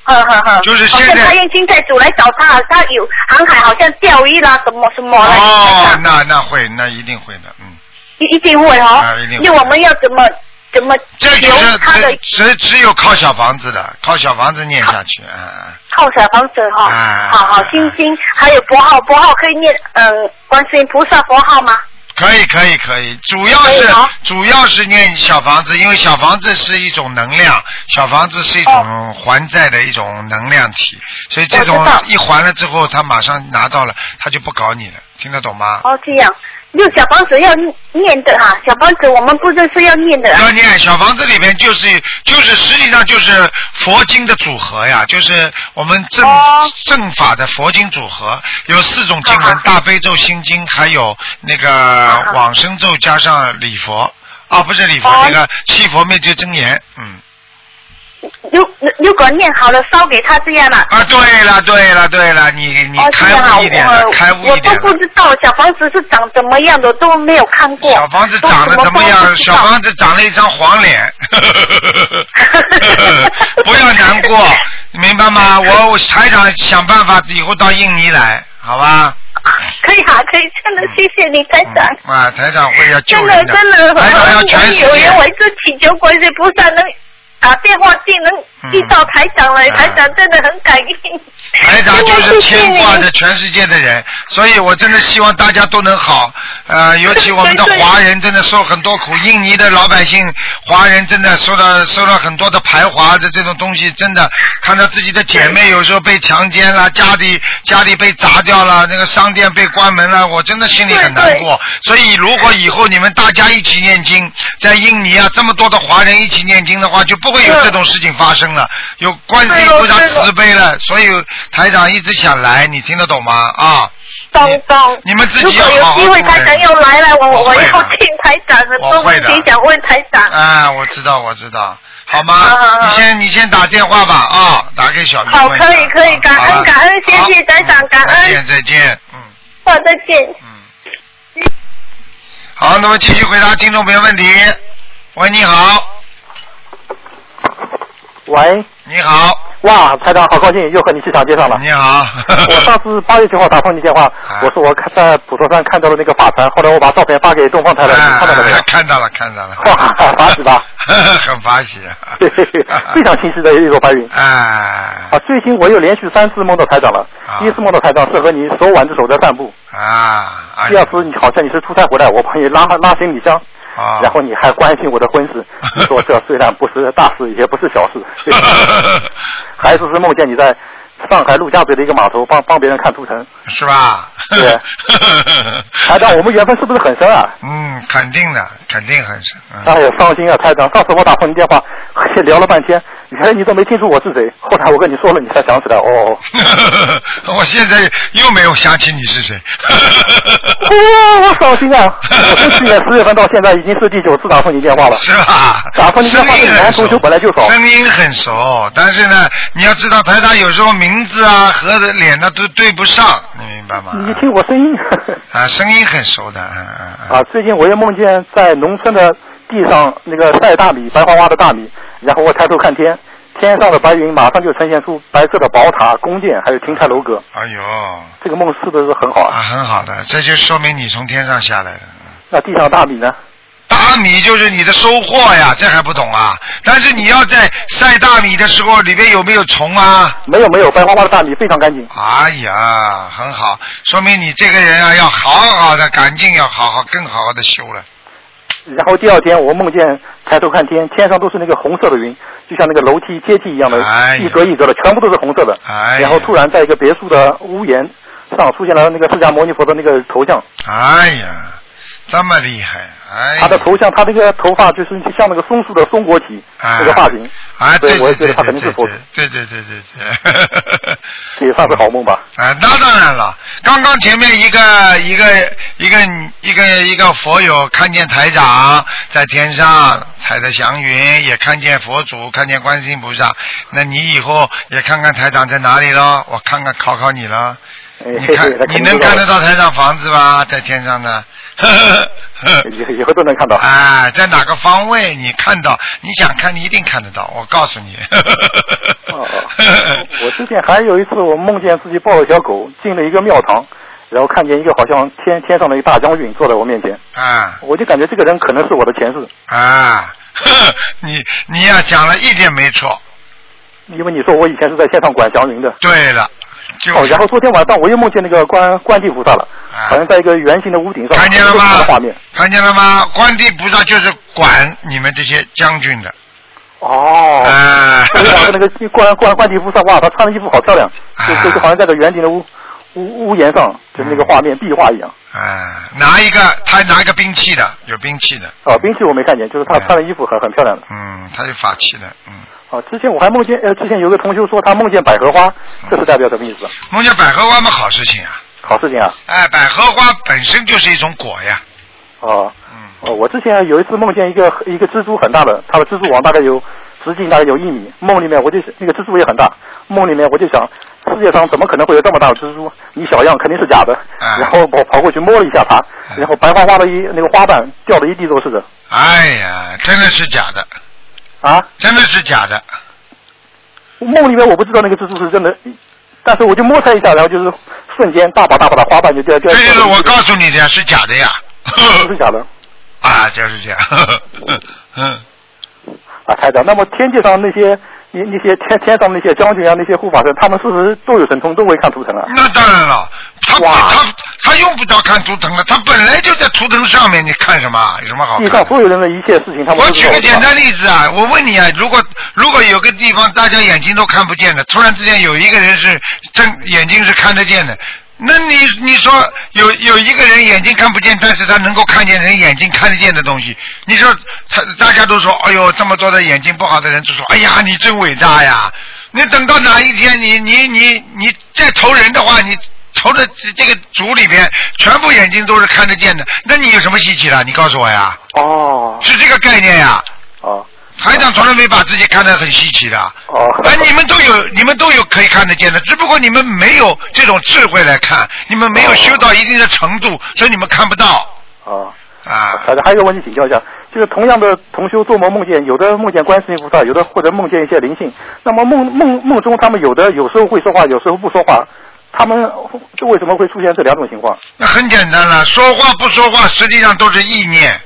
S7: 呵呵呵，
S2: 就是
S7: 好
S2: 现在
S7: 像他燕青在主来找他，他有航海，好像钓鱼啦，什么什么啦，
S2: 哦，那那会，那一定会的，嗯，
S7: 一一定会哦，
S2: 啊一定会
S7: 因为我们要怎么怎么
S2: 这就
S7: 留
S2: 是
S7: 他的
S2: 只只只有靠小房子的，靠小房子念下去，嗯
S7: 靠小房子哈、
S2: 啊
S7: 好好心经，还有佛号，佛号可以念嗯观世音菩萨佛号吗？
S2: 可以可以可以，主要
S7: 可以
S2: 是
S7: 吗
S2: 主要是念小房子，因为小房子是一种能量，小房子是一种还债的一种能量体，所以这种
S7: 哦我知道
S2: 一还了之后，他马上拿到了，他就不搞你了，听得懂吗？
S7: 哦，这样，六小房子要念的哈、小房子我们不认识要念的、啊
S2: 要。念小房子里面就是就是实际上就是佛经的组合呀，就是我们正、
S7: 哦
S2: 正法的佛经组合，有四种经文：
S7: 好好
S2: 大悲咒、心经，还有那个
S7: 好
S2: 往生咒加上礼佛。啊，不是礼佛，
S7: 啊哦
S2: 那个七佛灭罪真言，嗯，
S7: 如如如果念好了烧给他这样了、
S2: 啊，对了，对了，对了，你你
S7: 哦，这
S2: 开
S7: 样啊，
S2: 悟一点了，
S7: 我
S2: 开悟
S7: 我
S2: 一
S7: 都
S2: 点
S7: 不
S2: 了。
S7: 知道小房子是长怎么样的，都没有看过。
S2: 小房子
S7: 都
S2: 长得怎么
S7: 都
S2: 样？
S7: 不知
S2: 小
S7: 道
S2: 房子长了一张黄脸， 不要难过，明白 吗？我我台长想办法以后到印尼来，好吧？
S7: 可以啊，可以，真的谢谢你，台长。
S2: 嗯啊，台长会要救
S7: 真的
S2: 人
S7: 真的，
S2: 台长要全世
S7: 有
S2: 界
S7: 人，我一直祈求观世菩萨能打啊电话进，能遇到台长来，
S2: 嗯
S7: 台长真的很感应。
S2: 台长就
S7: 真的
S2: 是
S7: 谢谢
S2: 牵
S7: 你
S2: 挂着全世界的人，所以我真的希望大家都能好。呃，尤其我们的
S7: 对对
S2: 华人真的受很多苦，印尼的老百姓华人真的受到受到很多的排华的这种东西，真的看到自己的姐妹有时候被强奸了，家里家里被砸掉了，那个商店被关门了，我真的心里很难过。所以如果以后你们大家一起念经，在印尼啊这么多的华人一起念经的话，就不会有这种事情发生了。有观世音菩萨
S7: 对了对了
S2: 慈悲了，所以台长一直想来，你听得懂吗？啊，
S7: 懂懂。
S2: 你们自
S7: 如
S2: 己要
S7: 果
S2: 好好
S7: 有机会台长要来了，我
S2: 我
S7: 我
S2: 会的
S7: 要听台长很
S2: 我
S7: 多
S2: 会
S7: 问
S2: 的
S7: 题想问台长。
S2: 哎，我知道，我知道，好
S7: 好好
S2: 吗？
S7: 好
S2: 你先你先打电话吧啊，打给小鱼
S7: 啊好
S2: 问一下。
S7: 可以可以感恩
S2: 好吧
S7: 感恩谢谢
S2: 好
S7: 台长
S2: 嗯
S7: 感恩
S2: 再见再见，嗯
S7: 好，再见。
S2: 嗯。好，那么继续回答听众朋友问题。喂，你好，
S8: 喂，
S2: 你好，
S8: 哇，台长好高兴，又和你气场接上了。
S2: 你好。 哎
S8: 我上次八月九号打通你电话，我说我看在普陀山看到了那个法船，后来我把照片发给东方台了，你看到了没 有
S2: 哎？看到了，看到了。
S8: 哇发喜吧？
S2: 很发喜啊。
S8: 对对对，非常清晰的一朵白云。
S2: 哎
S8: 啊，最近我又连续三次梦到台长了
S2: 啊。
S8: 第一次梦到台长是和你手挽着手在散步，
S2: 啊，哎
S8: 第二次你好像你是出差回来，我帮你拉拉行李箱，
S2: 啊，
S8: 然后你还关心我的婚事，你说这虽然不是大事，也不是小事。 还是是梦见你在上海陆家嘴的一个码头帮帮别人看图 腾。
S2: 是 吧？
S8: 对台长，我们缘分是不是很深啊？
S2: 嗯，肯定的，肯定很深。嗯、
S8: 哎呀，伤心啊，台长！上次我打通你电话，聊了半天，原来你都没听出我是谁。后来我跟你说了，你才想起来。哦，
S2: 我现在又没有想起你是谁。
S8: 哦，我伤心啊！我从去年十月份到现在，已经是第九次打通你电话了。
S2: 是吧？
S8: 打通你
S2: 声
S8: 电
S2: 音
S8: 话这个
S2: 很
S8: 男
S2: 熟
S8: 同学本来就少
S2: 声音很熟，但是呢，你要知道台长有时候名字啊和脸呢都对不上，你明白吗？
S8: 你听我声音
S2: 啊，声音很熟的，嗯嗯嗯。
S8: 啊！最近我又梦见在农村的地上那个晒大米，白花花的大米，然后我抬头看天，天上的白云马上就呈现出白色的宝塔、宫殿，还有亭台楼阁。
S2: 哎呦，
S8: 这个梦是不是很好
S2: 啊，
S8: 啊？
S2: 很好的，这就说明你从天上下来的。嗯
S8: 那地上大米呢？
S2: 大米就是你的收获呀，这还不懂啊？但是你要在晒大米的时候，里面有没有虫啊？
S8: 没有没有，白花花的大米非常干净。
S2: 哎呀，很好，说明你这个人啊，要好好的，赶紧要好好，更好好的修了。
S8: 然后第二天我梦见抬头看天，天上都是那个红色的云，就像那个楼梯阶梯一样的，
S2: 哎呀
S8: 一格一格的，全部都是红色的。
S2: 哎呀
S8: 然后突然在一个别墅的屋檐上出现了那个释迦牟尼佛的那个头像，
S2: 哎呀，这么厉害，哎，
S8: 他的头像，他这个头发就是像那个松树的松果体，
S2: 啊
S8: 这个发型，
S2: 啊，
S8: 所
S2: 对
S8: 以我
S2: 对
S8: 也觉
S2: 对
S8: 得他
S2: 对
S8: 肯定是
S2: 对
S8: 佛祖，
S2: 对对对对对。
S8: 这也算是好梦吧。
S2: 啊，那当然了。刚刚前面一个一个一个一个一个佛友看见台长在天上踩着祥云，也看见佛祖，看见观世音菩萨。那你以后也看看台长在哪里咯，我看看考考你了。
S8: 哎，
S2: 你
S8: 谢
S2: 看
S8: 谢，他肯
S2: 你
S8: 定
S2: 能
S8: 知道
S2: 看
S8: 的
S2: 得到台长房子吧？在天上呢。
S8: 以以后都能看到。
S2: 哎，在哪个方位你看到？你想看，你一定看得到。我告诉你。
S8: 哦哦，我之前还有一次，我梦见自己抱着小狗进了一个庙堂，然后看见一个好像天天上的一大将军坐在我面前，
S2: 啊
S8: 我就感觉这个人可能是我的前世，
S2: 啊！ 你你呀、讲了一点没错。
S8: 因为你说我以前是在天上管祥云的。
S2: 对了，就
S8: 哦，
S2: 是、
S8: 然后昨天晚上我又梦见那个观观地菩萨了，
S2: 啊
S8: 好像在一个圆形的屋顶上，
S2: 看见了
S8: 有一个
S2: 吗
S8: 什么画面。
S2: 看见了吗？观地菩萨就是管你们这些将军的。
S8: 哦。
S2: 啊
S8: 昨天晚上那个观观观地菩萨，哇，他穿的衣服好漂亮，
S2: 啊
S8: 就就就好像在个圆顶的屋屋屋檐上，就是
S2: 嗯
S8: 那个画面壁画一样。
S2: 啊，拿一个，他拿一个兵器的，有兵器的，
S8: 哦，兵器我没看见，就是他
S2: 嗯
S8: 穿的衣服很很漂亮的。
S2: 嗯，他有法器的，嗯。
S8: 哦，之前我还梦见，呃，之前有个同修说他梦见百合花，这是代表什么意思？
S2: 梦见百合花嘛，好事情啊！
S8: 好事情啊！
S2: 哎，百合花本身就是一种果呀，
S8: 哦，
S2: 嗯，
S8: 哦，我之前有一次梦见一个一个蜘蛛很大的，它的蜘蛛网大概有直径大概有一米，梦里面我就那个蜘蛛也很大，梦里面我就想，世界上怎么可能会有这么大的蜘蛛？你小样肯定是假的。
S2: 啊
S8: 然后我跑过去摸了一下它，然后白花花的一那个花瓣掉的一地都是的。
S2: 哎呀，真的是假的，
S8: 啊，
S2: 真的是假的，
S8: 梦里面我不知道那个蜘蛛是真的，但是我就摸它一下，然后就是瞬间大把大把的花瓣就掉掉。
S2: 这就是我告
S8: 诉
S2: 诉你的呀，是假的呀，
S8: 是假的。
S2: 啊，就是这样， 嗯。
S8: 啊，台长，那么天界上那些那那些天天上那些将军啊，那些护法神，他们是不是都有神通，都会看图腾啊？
S2: 那当然了，他不
S8: 哇
S2: 他他用不着看图腾了，他本来就在图腾上面，你看什么啊？有什么好
S8: 地上
S2: 看的？
S8: 所有人的一切事情，他们
S2: 我
S8: 都知
S2: 举
S8: 道
S2: 个
S8: 的
S2: 简
S8: 是吧
S2: 单例子啊，我问你啊，如果如果有个地方大家眼睛都看不见的，突然之间有一个人是睁眼睛是看得见的，那你你说有有一个人眼睛看不见，但是他能够看见人眼睛看得见的东西，你说他大家都说，哎呦，这么多的眼睛不好的人就说，哎呀，你真伟大呀！你等到哪一天你你你你再投人的话，你投的这这个组里边全部眼睛都是看得见的，那你有什么稀奇的？你告诉我呀，
S8: 哦
S2: 是这个概念呀、
S8: 哦
S2: 台长从来没把自己看得很稀奇的，
S8: 哦，
S2: 哎，你们都有，你们都有可以看得见的，只不过你们没有这种智慧来看，你们没有
S8: 哦
S2: 修到一定的程度，所以你们看不到
S8: 哦，
S2: 啊。
S8: 台长，还有一个问题请教一下，就是同样的同修做梦梦见，有的梦见观世音菩萨，有的或者梦见一些灵性，那么梦梦梦中他们有的有时候会说话，有时候不说话，他们这为什么会出现这两种情况？
S2: 那很简单了，说话不说话，实际上都是意念。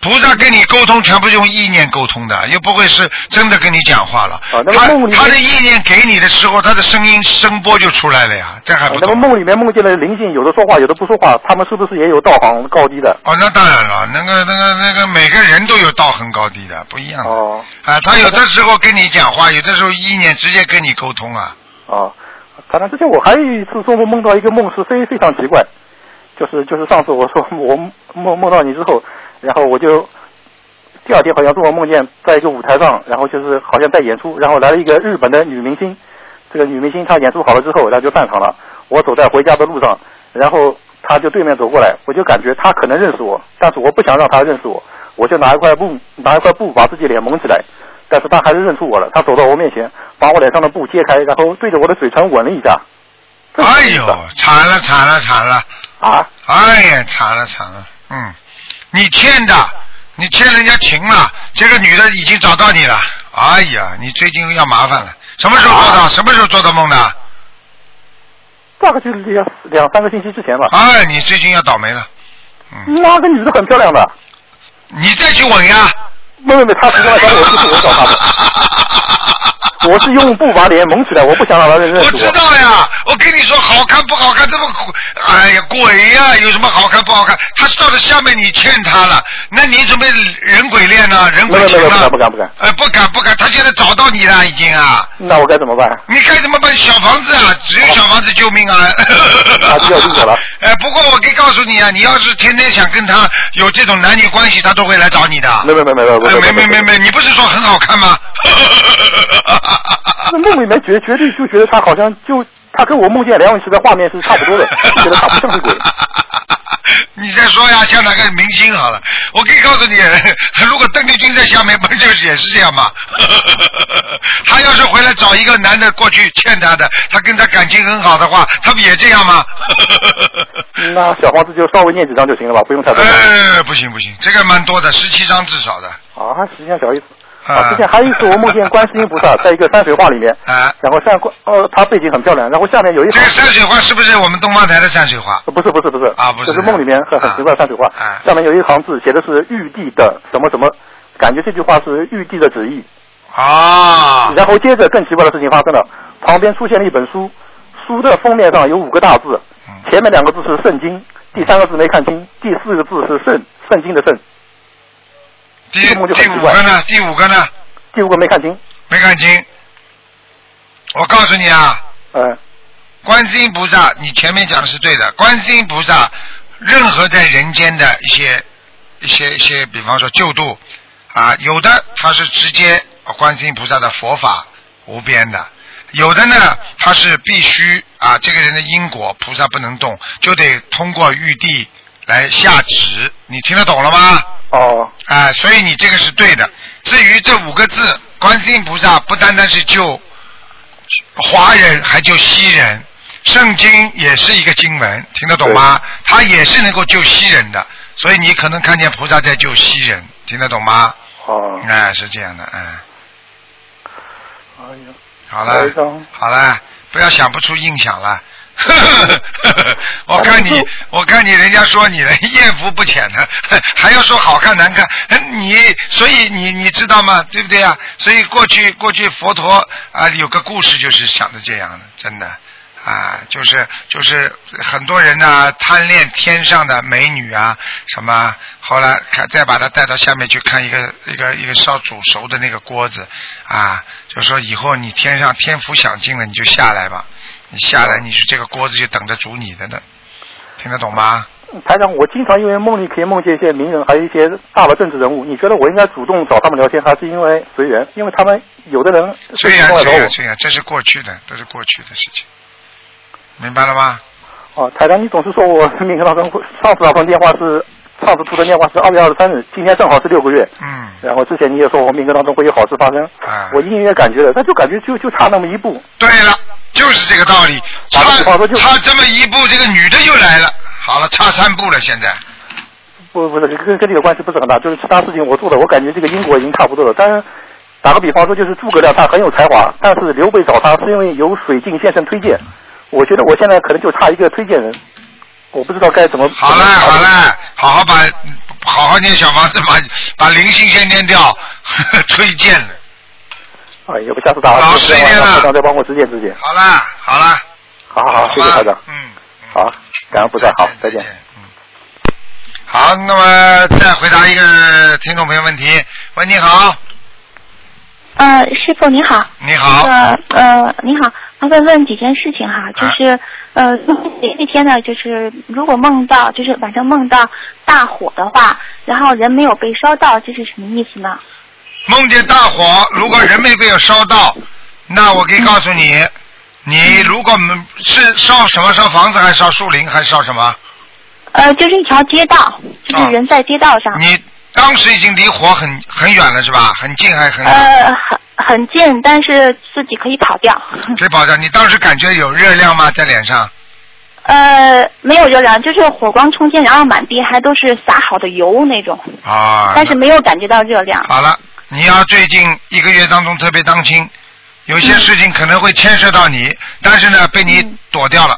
S2: 菩萨跟你沟通，全部用意念沟通的，又不会是真的跟你讲话了。
S8: 啊那么
S2: 他
S8: 梦里面
S2: 他的意念给你的时候，他的声音声波就出来了呀，这还不
S8: 哦那么
S2: 懂
S8: 梦里面梦见了灵性，有的说话，有的不说话，他们是不是也有道行高低的？
S2: 哦，那当然了，那个、那个、那个，每个人都有道很高低的，不一样的。
S8: 哦。
S2: 啊，他有的时候跟你讲话，有的时候意念直接跟你沟通啊。
S8: 啊，反正之前我还有一次做梦梦到一个梦是非非常奇怪，就是就是上次我说 我梦梦到你之后，然后我就第二天好像做梦梦见在一个舞台上，然后就是好像在演出，然后来了一个日本的女明星，这个女明星她演出好了之后，然后就散场了。我走在回家的路上，然后她就对面走过来，我就感觉她可能认识我，但是我不想让她认识我，我就拿一块布拿一块布把自己脸蒙起来，但是她还是认出我了，她走到我面前，把我脸上的布揭开，然后对着我的嘴唇吻了一下。这是
S2: 哎
S8: 什么意思
S2: 呦，惨了惨了惨了！
S8: 啊！
S2: 哎呀，惨了惨了！嗯，你欠的，你欠人家情了。这个女的已经找到你了。哎呀，你最近要麻烦了。什么时候做
S8: 啊
S2: 到？什么时候做到梦的？
S8: 大概就是两两三个星期之前吧。
S2: 哎，你最近要倒霉了。嗯，
S8: 那个女的很漂亮的，
S2: 你再去吻呀。
S8: 没没没，她不是来找我，就是我找她的。我是用布把脸蒙起来，我不想让 他认认
S2: 我
S8: 识
S2: 知道呀，我跟你说好看不好看，这么鬼哎呀鬼呀、有什么好看不好看？他到了下面你欠他了，那你准备人鬼恋呢、人
S8: 没
S2: 鬼
S8: 有没
S2: 情
S8: 有没有，不
S2: 了
S8: 敢不？敢不敢，
S2: 呃，不敢不敢，他现在找到你了已经啊，
S8: 那我该怎么办？
S2: 你该怎么办？小房子啊，只有小房子救命啊！
S8: 啊这要进去了
S2: 哎，不过我可以告诉你啊，你要是天天想跟他有这种男女关系，他都会来找你的。
S8: 没有没有没有没
S2: 哎
S8: 有
S2: 没没
S8: 有
S2: 没
S8: 有，
S2: 没，你不是说很好看吗？
S8: 那梦里面绝绝对就觉得他好像就他跟我梦见梁咏琪的画面是差不多的，觉得他不像是鬼。
S2: 你再说呀，像哪个明星好了？我可以告诉你， 如果邓丽君在下面，不就是也是这样吗？ 她要是回来找一个男的过去欠她的，她跟他感情很好的话，她不也这样吗？
S8: 那小房子就稍微念几张就行了吧，不用太多。
S2: 呃，不行不行，这个蛮多的，十七张至少的。
S8: 啊，十件小意思。
S2: 啊
S8: 啊，之前还有一次我梦见观世音菩萨在一个山水画里面，
S2: 啊，
S8: 然后山呃，他背景很漂亮，然后下面有一
S2: 这
S8: 行
S2: 个山水画是不是我们东方台的山水画？
S8: 呃不是不是不是
S2: 啊不是
S8: 就是梦里面很很奇怪的山水画
S2: 啊，
S8: 下面有一行字写的是玉帝的什么什么，感觉这句话是玉帝的旨意。
S2: 啊，
S8: 然后接着更奇怪的事情发生了，旁边出现了一本书，书的封面上有五个大字，
S2: 嗯
S8: 前面两个字是圣经，第三个字没看清，第四个字是圣圣经的圣，
S2: 第
S8: 这个梦就很
S2: 第
S8: 奇
S2: 五
S8: 怪
S2: 个呢？第五个呢？
S8: 第五个没看清，
S2: 没看清。我告诉你啊，
S8: 呃，
S2: 观世音菩萨，你前面讲的是对的。观世音菩萨，任何在人间的一些、一些、一些，比方说救度啊，有的他是直接哦观世音菩萨的佛法无边的，有的呢他是必须啊，这个人的因果菩萨不能动，就得通过玉帝来下旨。你听得懂了吗？
S8: 哦，
S2: 啊，所以你这个是对的。至于这五个字，观世音菩萨不单单是救华人，还救西人。圣经也是一个经文，听得懂吗？它也是能够救西人的，所以你可能看见菩萨在救西人，听得懂吗？
S8: 哦，
S2: 哎，是这样的，哎，
S8: 哎呀，
S2: 好
S8: 台
S2: 了
S8: 长，
S2: 好了，不要想不出印象了。 我看你，我看你，人家说你了，艳福不浅的， 还要说好看难看， 你所以你你知道吗？对不对啊？所以过去过去佛陀啊有个故事就是想的这样的，真的啊，就是就是很多人呢、贪恋天上的美女啊什么，后来看再把他带到下面去看一个一个一个烧煮熟的那个锅子啊，就说以后你天上天福享尽了，你就下来吧。你下来，你是这个锅子就等着煮你的呢，听得懂吗？
S8: 台长，我经常因为梦里可以梦见一些名人，还有一些大的政治人物。你觉得我应该主动找他们聊天，还是因为随缘？因为他们有的人
S2: 虽然
S8: 过来
S2: 虽
S8: 找
S2: 然虽然，这是过去的，都是过去的事情，明白了吗？
S8: 我。哦，台长，你总是说我命当中上次那通电话是上次出的电话是二月二十三日，今天正好是六个月。
S2: 嗯，
S8: 然后之前你也说我命格当中会有好事发生，
S2: 啊
S8: 我隐隐也感觉了，但就感觉就就差那么一步。
S2: 对了，就是这个道理。
S8: 打个
S2: 差
S8: 比方说就
S2: 差这么一步，这个女的又来了。好了，差三步了，现在。
S8: 不不是跟跟这个关系不是很大，就是其他事情我做的，我感觉这个因果已经差不多了。但是打个比方说，就是诸葛亮他很有才华，但是刘备找他是因为有水镜先生推荐，我觉得我现在可能就差一个推荐人，我不知道该怎么。
S2: 好了好了，好好把好好念小房子， 把把灵性先念掉， 呵呵推荐了。
S8: 哎，要不下次打
S2: 老实一点了
S8: 台长再帮我指点指点。
S2: 好了好了，
S8: 好好好，谢谢
S2: 吧
S8: 台长。
S2: 嗯，嗯
S8: 好，感恩菩萨，好，再见。
S2: 嗯。好，那么再回答一个听众朋友问题。喂，你好，
S9: 呃，师傅你好，啊
S2: 你好，
S9: 呃呃，你好，麻烦问几件事情哈，就是呃，那天呢，就是如果梦到就是晚上梦到大火的话，然后人没有被烧到，这是什么意思呢？
S2: 梦见大火，如果人没被有烧到，那我可以告诉你，你如果没是烧什么？烧房子还是烧树林还是烧什么？
S9: 呃，就是一条街道，就是
S2: 啊
S9: 人在街道上，
S2: 你当时已经离火很很远了是吧？很近还很远？
S9: 呃，很很近，但是自己可以跑掉。
S2: 谁保证？你当时感觉有热量吗？在脸上？
S9: 呃，没有热量，就是火光冲天，然后满地还都是撒好的油那种，
S2: 啊，
S9: 但是没有感觉到热量。
S2: 好了，你要最近一个月当中特别当心，有
S9: 嗯
S2: 些事情可能会牵涉到你，但是呢，被你躲掉了，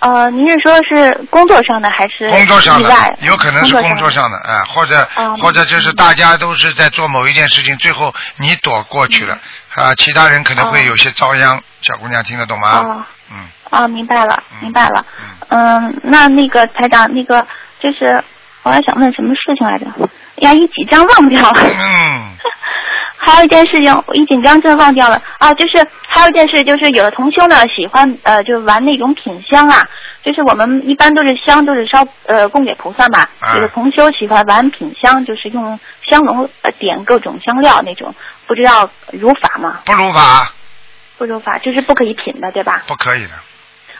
S9: 呃，您是说是工作上的还是
S2: 工作上
S9: 意
S2: 的
S9: 外，？
S2: 有可能是工作
S9: 上
S2: 上的，啊，或者
S9: 哦
S2: 或者就是大家都是在做某一件事情，最后你躲过去了，
S9: 嗯
S2: 啊，其他人可能会有些遭殃。小姑娘听得懂吗
S9: 哦？
S2: 嗯，
S9: 哦，明白了，明白了。嗯，那那个台长，那个就是我还想问什么事情来着？哎呀，一紧张忘掉了。
S2: 嗯。
S9: 还有一件事情，我一紧张真忘掉了啊，就是还有一件事，就是有的同修呢喜欢呃，就玩那种品香啊，就是我们一般都是香都是烧呃供给菩萨嘛，
S10: 啊
S9: 有的同修喜欢玩品香，就是用香炉呃点各种香料那种，不知道如法吗？
S2: 不如法
S9: 不如法，就是不可以品的，对吧？
S2: 不可以的。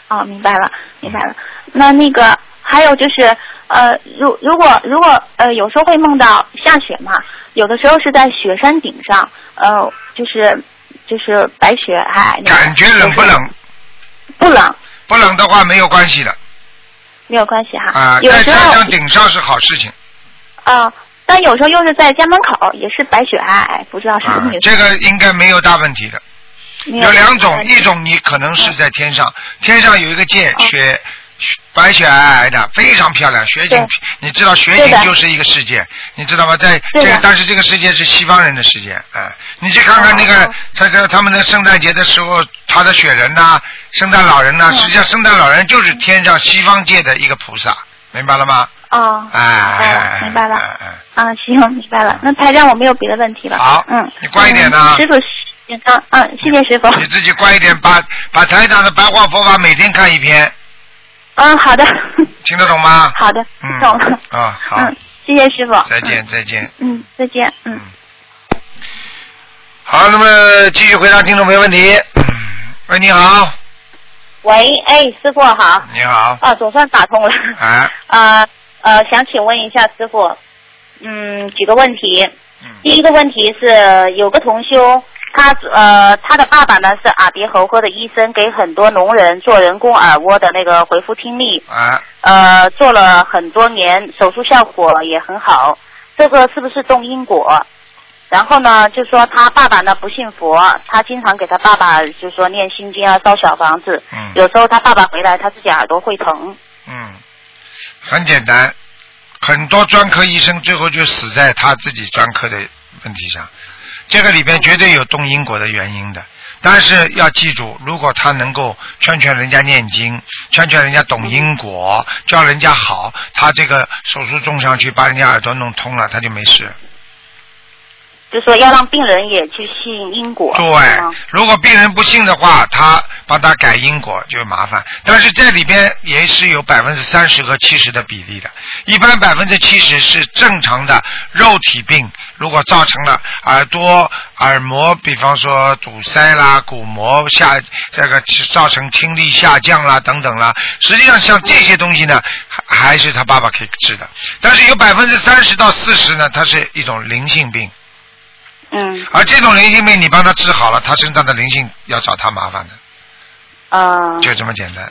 S9: 哦，明白了，明白了。
S2: 嗯
S9: 那那个还有就是，呃，如如果如果呃，有时候会梦到下雪嘛，有的时候是在雪山顶上，呃，就是就是白雪皑皑，
S2: 感觉冷不冷？
S9: 不冷，
S2: 不冷的话没有关系的
S9: 没有关系哈。
S2: 啊，
S9: 有
S2: 在
S9: 时
S2: 山
S9: 候
S2: 上顶上是好事情
S9: 啊、但有时候又是在家门口，也是白雪皑皑，不知嗯道是什
S2: 啊
S9: 么意，思。
S2: 这个应该没有大问题的。
S9: 没
S2: 有两种，
S9: 关系
S2: 一种你可能是在天上，
S9: 嗯
S2: 天上有一个界雪，雪白雪皑皑的，非常漂亮。雪景
S9: 哦对，
S2: 你知道雪
S9: 对
S2: 景
S9: 的
S2: 就是一个世界，你知道吗？在这
S9: 对的
S2: 个，但是这个世界是西方人的世界，哎、你去看看那个，
S9: 哦
S2: 在在他们的圣诞节的时候，他的雪人呐、圣诞老人呐、
S9: 嗯
S2: 实际上圣诞老人就是天上西方界的一个菩萨，明白了吗？
S9: 哦，
S2: 哎、哎
S9: 明白了
S2: 哎哎嗯
S9: 啊，行，明白了。那台长，我没有别的问题了。
S2: 好
S9: 嗯，
S2: 你乖一点啊呐
S9: 嗯师傅健康，嗯，谢谢师傅。
S2: 你自己乖一点，把把台长的白话佛法每天看一篇，
S9: 嗯，好的，
S2: 听得懂吗？
S9: 好的，
S2: 嗯
S9: 懂了。
S2: 啊，好，
S9: 嗯，谢谢师傅。
S2: 再见，再见。
S9: 嗯，再见。嗯，
S2: 好，那么继续回答听众朋友问题。嗯喂，你好，
S11: 喂，哎，师傅好，
S2: 你好，
S11: 啊，总算打通了，
S2: 哎，
S11: 啊呃，想请问一下师傅，嗯，几个问题。第一个问题是，有个同修，他呃，他的爸爸呢是耳鼻喉科的医生，给很多聋人做人工耳蜗的那个回复听力，
S2: 哎，
S11: 呃，做了很多年，手术效果也很好，这个是不是动因果？然后呢，就说他爸爸呢不信佛，他经常给他爸爸就说念心经啊，烧小房子。
S2: 嗯
S11: 有时候他爸爸回来，他自己耳朵会疼。
S2: 嗯，很简单，很多专科医生最后就死在他自己专科的问题上，这个里边绝对有动因果的原因的。但是要记住，如果他能够劝劝人家念经，劝劝人家懂因果，叫人家好，他这个手术种上去，把人家耳朵弄通了，他就没事。
S11: 就说要让病人也去信因果。是吗
S2: 对，如果病人不信的话，他帮他改因果就麻烦。但是这里边也是有百分之三十和七十的比例的，一般百分之七十是正常的肉体病，如果造成了耳朵耳膜，比方说堵塞啦、鼓膜下这个造成听力下降啦等等啦，实际上像这些东西呢，还还是他爸爸可以治的。但是有百分之三十到四十呢，它是一种灵性病。
S11: 嗯
S2: 而这种灵性病，你帮他治好了，他身上的灵性要找他麻烦的，
S11: 啊、
S2: 就这么简单，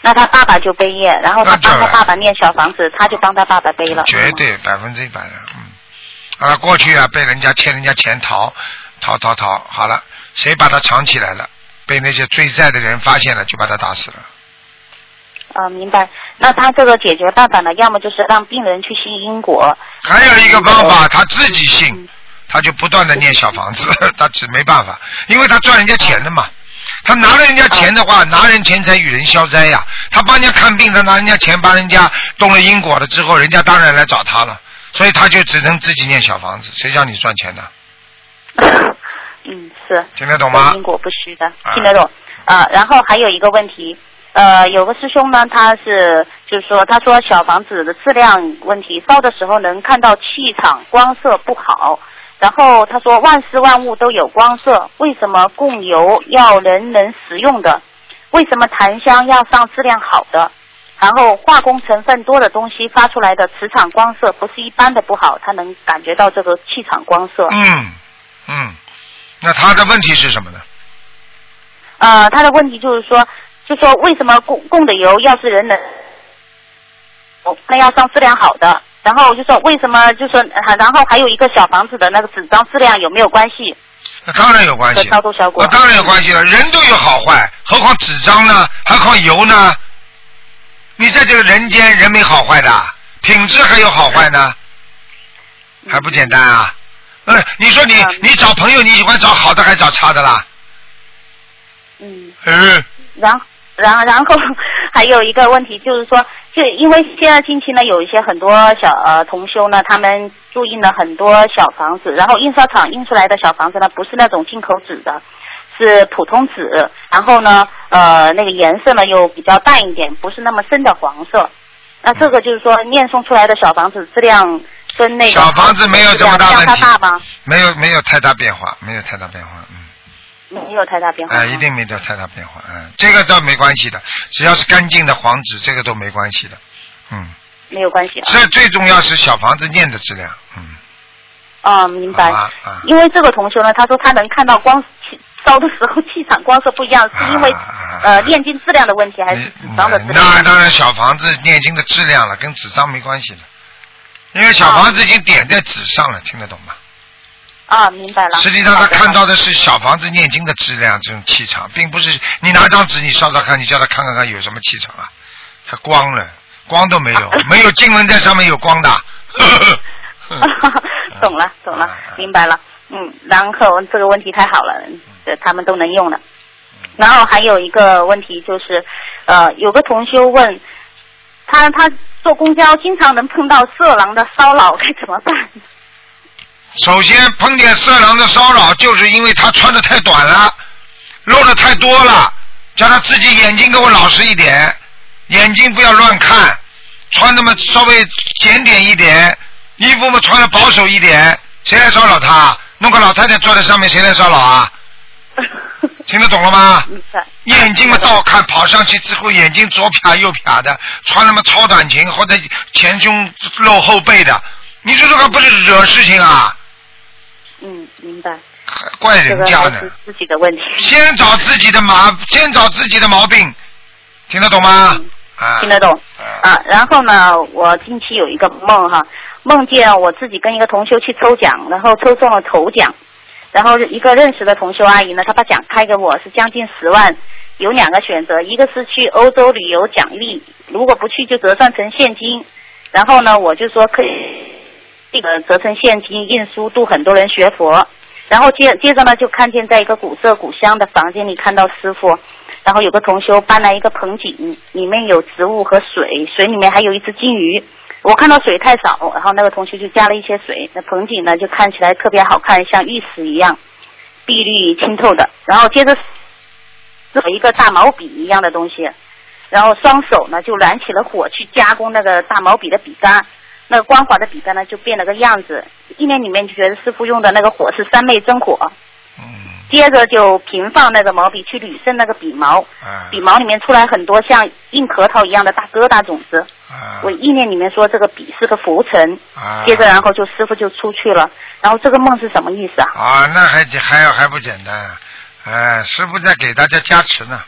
S11: 那他爸爸就背业，然后他
S2: 那当
S11: 帮
S2: 然
S11: 他爸爸念小房子，他就帮他爸爸背了。
S2: 绝对百分之一百的，嗯。啊，过去啊，被人家欠人家钱逃，逃逃逃，好了，谁把他藏起来了？被那些追债的人发现了，就把他打死了。
S11: 啊、明白。那他这个解决办法呢，要么就是让病人去信因果，
S2: 还有一个方
S11: 嗯
S2: 法，他自己信，他就不断的念小房 子，他只没办法，因为他赚人家钱的嘛。他拿了人家钱的
S11: 啊
S2: 话，拿人钱财与人消灾呀、他帮人家看病，他拿人家钱，帮人家动了因果了之后，人家当然来找他了，所以他就只能自己念小房子，谁叫你赚钱的？
S11: 嗯，是。
S2: 听得懂吗
S11: 因？果不虚的，听得懂。啊、然后还有一个问题，呃，有个师兄呢，他是就是说，他说小房子的质量问题，烧的时候能看到气场光色不好。然后他说万事万物都有光色，为什么供油要人人食用的？为什么檀香要上质量好的？然后化工成分多的东西发出来的磁场光色不是一般的不好，他能感觉到这个气场光色。
S2: 嗯嗯，那他的问题是什么呢？
S11: 呃，他的问题就是说，就说为什么供供的油要是人能，哦那要上质量好的，然后就说为什么就说，呃然后还有一个小房子的那个纸张质量有没有关系？
S2: 那当然有关系
S11: 和，操作效果
S2: 那当然有关系了，人都有好坏，何况纸张呢？何况油呢？你在这个人间，人没好坏的，品质还有好坏呢，还不简单啊？嗯，你说你你找朋友，你喜欢找好的还是找差的啦？
S11: 嗯，
S2: 嗯，
S11: 然然然后 还有一个问题就是说，就因为现在近期呢，有一些很多小呃同修呢，他们注印了很多小房子，然后印刷厂印出来的小房子呢，不是那种进口纸的，是普通纸，然后呢，呃，那个颜色呢又比较淡一点，不是那么深的黄色。那这个就是说，念诵出来的小房子质量跟那个
S2: 小房子没有这么大
S11: 质量
S2: 问题
S11: 相差大吗？
S2: 没有没有太大变化，没有太大变化，嗯。
S11: 没有太大变化。
S2: 哎，一定没有太大变化，嗯，这个倒没关系的，只要是干净的黄纸，这个都没关系的，嗯，
S11: 没有关系啊。
S2: 这最重要是小房子念的质量，嗯，
S11: 啊，明白。
S2: 啊啊，
S11: 因为这个同学呢，他说他能看到光气烧的时候气场光色不一样，是因为、
S2: 啊
S11: 呃炼金质量的问题还
S2: 嗯
S11: 是纸张的质量？
S2: 那当然小房子念经的质量了，跟纸张没关系的，因为小房子已经点在纸上了，听得懂吗？
S11: 啊，明白了。
S2: 实际上他看到的是小房子念经的质量，这种气场，并不是你拿张纸你烧烧看，你叫他看看看有什么气场啊？他光了，光都没有，没有经文在上面有光的。
S11: 懂了，懂了，
S2: 啊
S11: 明白了。嗯，然后这个问题太好了，这他们都能用了。然后还有一个问题就是，呃，有个同修问他，他坐公交经常能碰到色狼的骚扰，该怎么办？
S2: 首先碰见色狼的骚扰，就是因为他穿的太短了，露的太多了，叫他自己眼睛给我老实一点，眼睛不要乱看，穿那么稍微检点一点，衣服嘛穿的保守一点，谁来骚扰他？弄个老太太坐在上面，谁来骚扰啊？听得懂了吗？眼睛嘛倒看，跑上去之后眼睛左撇右撇的，穿那么超短裙或者前胸露后背的，你说这个不是惹事情啊？
S11: 嗯，明白。
S2: 怪人家
S11: 这个还
S2: 呢
S11: 是。自己的问题。
S2: 先找自己的毛，先找自己的毛病，听得懂吗？啊，
S11: 嗯听得懂。啊，然后呢，我近期有一个梦哈，梦见我自己跟一个同修去抽奖，然后抽中了头奖，然后一个认识的同修阿姨呢，她把奖开给我是将近十万，有两个选择，一个是去欧洲旅游奖励，如果不去就折算成现金，然后呢，我就说可以这个折成现金印书度很多人学佛。然后接接着呢，就看见在一个古色古香的房间里看到师傅，然后有个同修搬来一个盆景，里面有植物和水，水里面还有一只金鱼。我看到水太少，然后那个同修就加了一些水，那盆景呢就看起来特别好看，像玉石一样，碧绿清透的。然后接着有一个大毛笔一样的东西，然后双手呢就燃起了火去加工那个大毛笔的笔杆，那个光滑的笔杆呢就变了个样子。一年里面就觉得师傅用的那个火是三昧真火。接着就平放那个毛笔去捋顺那个笔毛，
S2: 啊
S11: 笔毛里面出来很多像硬核桃一样的大疙瘩种子。
S2: 啊
S11: 我意念里面说这个笔是个浮尘。
S2: 啊
S11: 接着然后就师傅就出去了，然后这个梦是什么意思啊？
S2: 啊，那还简还还不简单啊？哎，师傅在给大家加持呢，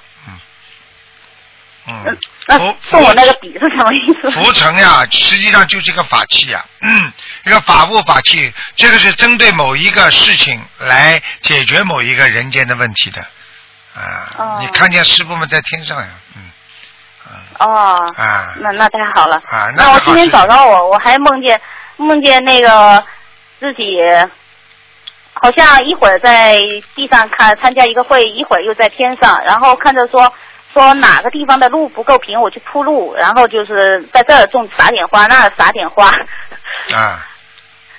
S2: 嗯，嗯，
S11: 那送我那个笔是什么意思？
S2: 浮尘呀，实际上就是一个法器呀、嗯，一个法物法器，这个是针对某一个事情来解决某一个人间的问题的，啊，
S11: 哦
S2: 你看见师傅们在天上呀，嗯，
S11: 哦，
S2: 啊
S11: 那那太好了。
S2: 啊，
S11: 那我
S2: 是好
S11: 哦今天
S2: 事
S11: 早上我我还梦见梦见那个自己，好像一会儿在地上看参加一个会，一会儿又在天上，然后看着说说哪个地方的路不够平，我去铺路，然后就是在这儿种撒点花，那儿撒点花，
S2: 啊，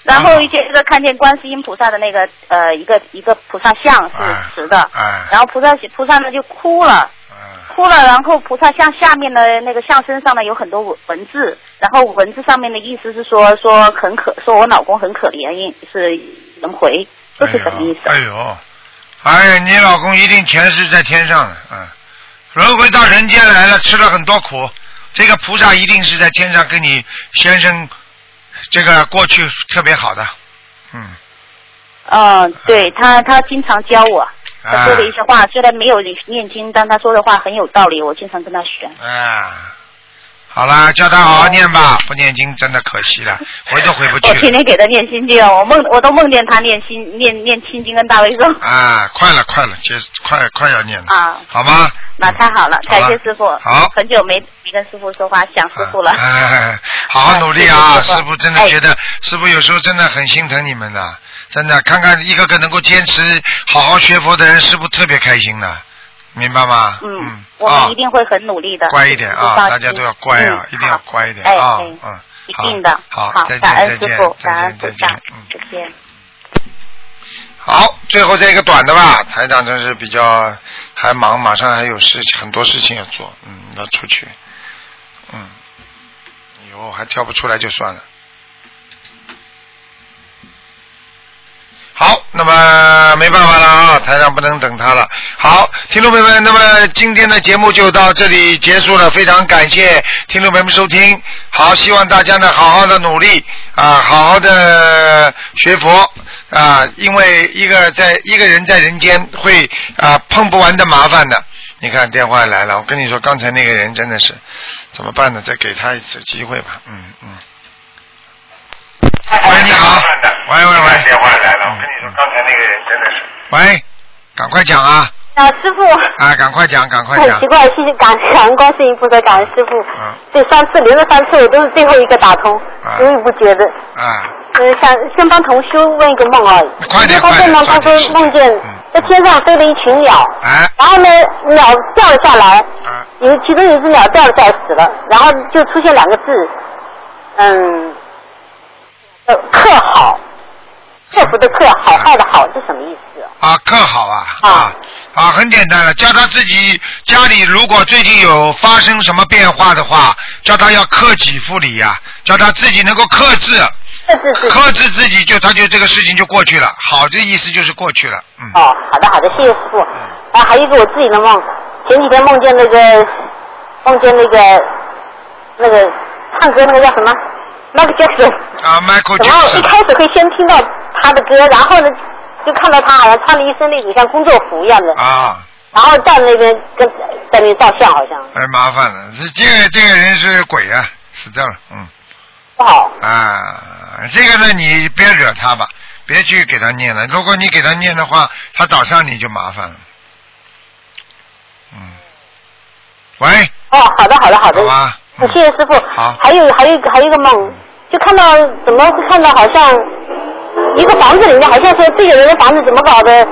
S11: 然
S2: 嗯
S11: 后接着看见观世音菩萨的那个呃一个一个菩萨像是瓷的，
S2: 啊
S11: 然后菩萨菩萨呢就哭了。
S2: 嗯
S11: 哭了，然后菩萨像下面的那个像身上呢有很多文文字，然后文字上面的意思是说说很可，说我老公很可怜，是轮回，这是什么意思？啊
S2: 哎呦，哎呀，你老公一定前世在天上了，嗯，轮回到人间来了，吃了很多苦。这个菩萨一定是在天上跟你先生这个过去特别好的，嗯，
S11: 嗯，对他他经常教我，他
S2: 啊
S11: 说的一些话、虽然没有念经，但他说的话很有道理，我经常跟他学。
S2: 啊，好啦，叫他好好念吧，不念经真的可惜了，回都回不去
S11: 嗯我
S2: 了
S11: 天天给他念心经，我梦我都梦见他念心念念心经跟大悲咒
S2: 啊！快了，快了，接快快要念了，
S11: 啊，
S2: 好吗？
S11: 那太好了，
S2: 好了
S11: 感谢师傅，
S2: 好
S11: 很久没没跟师傅说话，想师傅了，
S2: 哎， 好好努力啊！
S11: 哎谢谢
S2: 师
S11: 师傅
S2: 傅真的觉得，师傅有时候真的很心疼你们的，真的，看看一个个能够坚持好好学佛的人，师傅特别开心的，明白吗？
S11: 嗯，我
S2: 啊
S11: 们一，定会很努力的，
S2: 乖一点
S11: 师
S2: 啊
S11: 傅，放
S2: 大家
S11: 心
S2: 都要乖啊，
S11: 嗯
S2: 一定要乖一点
S11: 哎
S2: 啊
S11: 哎，
S2: 嗯，
S11: 一
S2: 好
S11: 定的，
S2: 好
S11: 好
S2: 再，见
S11: 感恩
S2: 再
S11: 师
S2: 见
S11: 傅，
S2: 再见
S11: 感恩菩
S2: 再
S11: 萨
S2: 见，嗯
S11: 再见。
S2: 好，最后这一个短的吧，台长真是比较还忙，马上还有事情，很多事情要做，嗯，要出去，嗯，哟，还挑不出来就算了。好，那么没办法了啊，台上不能等他了。好，听众朋友们，那么今天的节目就到这里结束了，非常感谢听众朋友们收听。好，希望大家呢好好的努力啊，好好的学佛啊，因为一个在一个人在人间会啊碰不完的麻烦的。你看电话来了，我跟你说，刚才那个人真的是怎么办呢？再给他一次机会吧，嗯嗯。喂，你好。喂喂喂。电话来了，我跟你说，刚才哎那个人真的是。喂，赶快讲啊！
S7: 啊，师傅，
S2: 啊，赶快讲，赶快
S7: 很
S2: 讲
S7: 奇。怪，谢谢感感恩观世音菩萨，感恩师傅。
S2: 嗯
S7: 对，上次连着三次我都是最后一个打通，
S2: 啊
S7: 我也不觉得。
S2: 啊，
S7: 嗯，想先帮同修问一个梦啊。
S2: 快点
S7: 他
S2: 快
S7: 做
S2: 点
S7: 梦，
S2: 抓
S7: 他
S2: 紧
S7: 说
S2: 时间嗯
S7: 梦见在天上飞了一群鸟，
S2: 哎
S7: 然后呢，鸟掉了下来，
S2: 啊
S7: 有其中有一只鸟掉了下来死了，然后就出现两个字，嗯，呃，克好，克服的克，
S2: 嗯
S7: 好坏的好，这什么意思啊？
S2: 啊，课好啊啊啊，很简单了，叫他自己家里如果最近有发生什么变化的话，叫他要克己复礼呀、叫他自己能够克制，
S7: 这是是
S2: 克制自己就他就这个事情就过去了。好的意思就是过去了，嗯。
S7: 哦，好的好的，谢谢师傅。啊，还有一个我自己的梦，前几天梦见那个，梦见那个，那个唱歌那个叫什么，Michael Jackson。
S2: 啊，Michael
S7: 然后一
S2: Jackson
S7: 开始会先听到他的歌，然后呢，就看到他好像穿了一身那种像工作服一样的，
S2: 啊，
S7: 然后站那边跟在那边照相，好像
S2: 哎，麻烦了，这这个这个人是鬼啊，死掉了，嗯。
S7: 不好。
S2: 啊，这个呢，你别惹他吧，别去给他念了。如果你给他念的话，他找上你就麻烦了。嗯，喂，
S7: 哦，好的好的好的
S2: 好，吧，
S7: 谢谢师傅。
S2: 好
S7: 还有还有一个还有一个梦，就看到怎么会看到好像一个房子里面好像说这个人的房子怎么搞的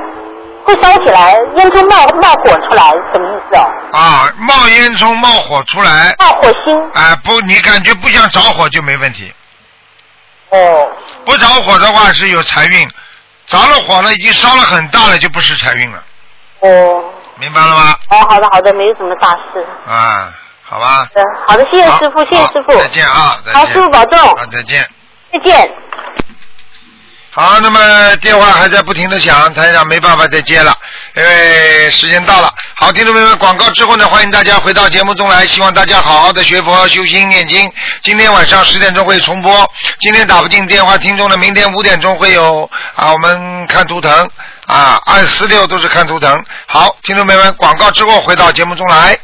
S7: 会烧起来，烟囱冒冒火出来，什么意思哦？
S2: 啊，冒烟囱冒火出来，
S7: 冒火星
S2: 啊，不，你感觉不想着火就没问题，
S7: 哦
S2: 不着火的话是有财运，着了火了已经烧了很大了，就不是财运了，
S7: 哦
S2: 明白了吗？
S7: 哦，好的好的，没有什么大事。
S2: 啊，好吧，
S7: 嗯，好的，谢谢
S2: 好
S7: 师傅，谢谢
S2: 好
S7: 师傅，
S2: 再见啊，再见，
S7: 好，师傅保重，
S2: 啊，再见。
S7: 再见。
S2: 好，那么电话还在不停的响，台长没办法再接了，因为时间到了。好，听众朋友们，广告之后呢，欢迎大家回到节目中来，希望大家好好的学佛、修心、念经。今天晚上十点钟会重播，今天打不进电话听众呢，明天五点钟会有啊，我们看图腾啊，二四六都是看图腾。好，听众朋友们，广告之后回到节目中来。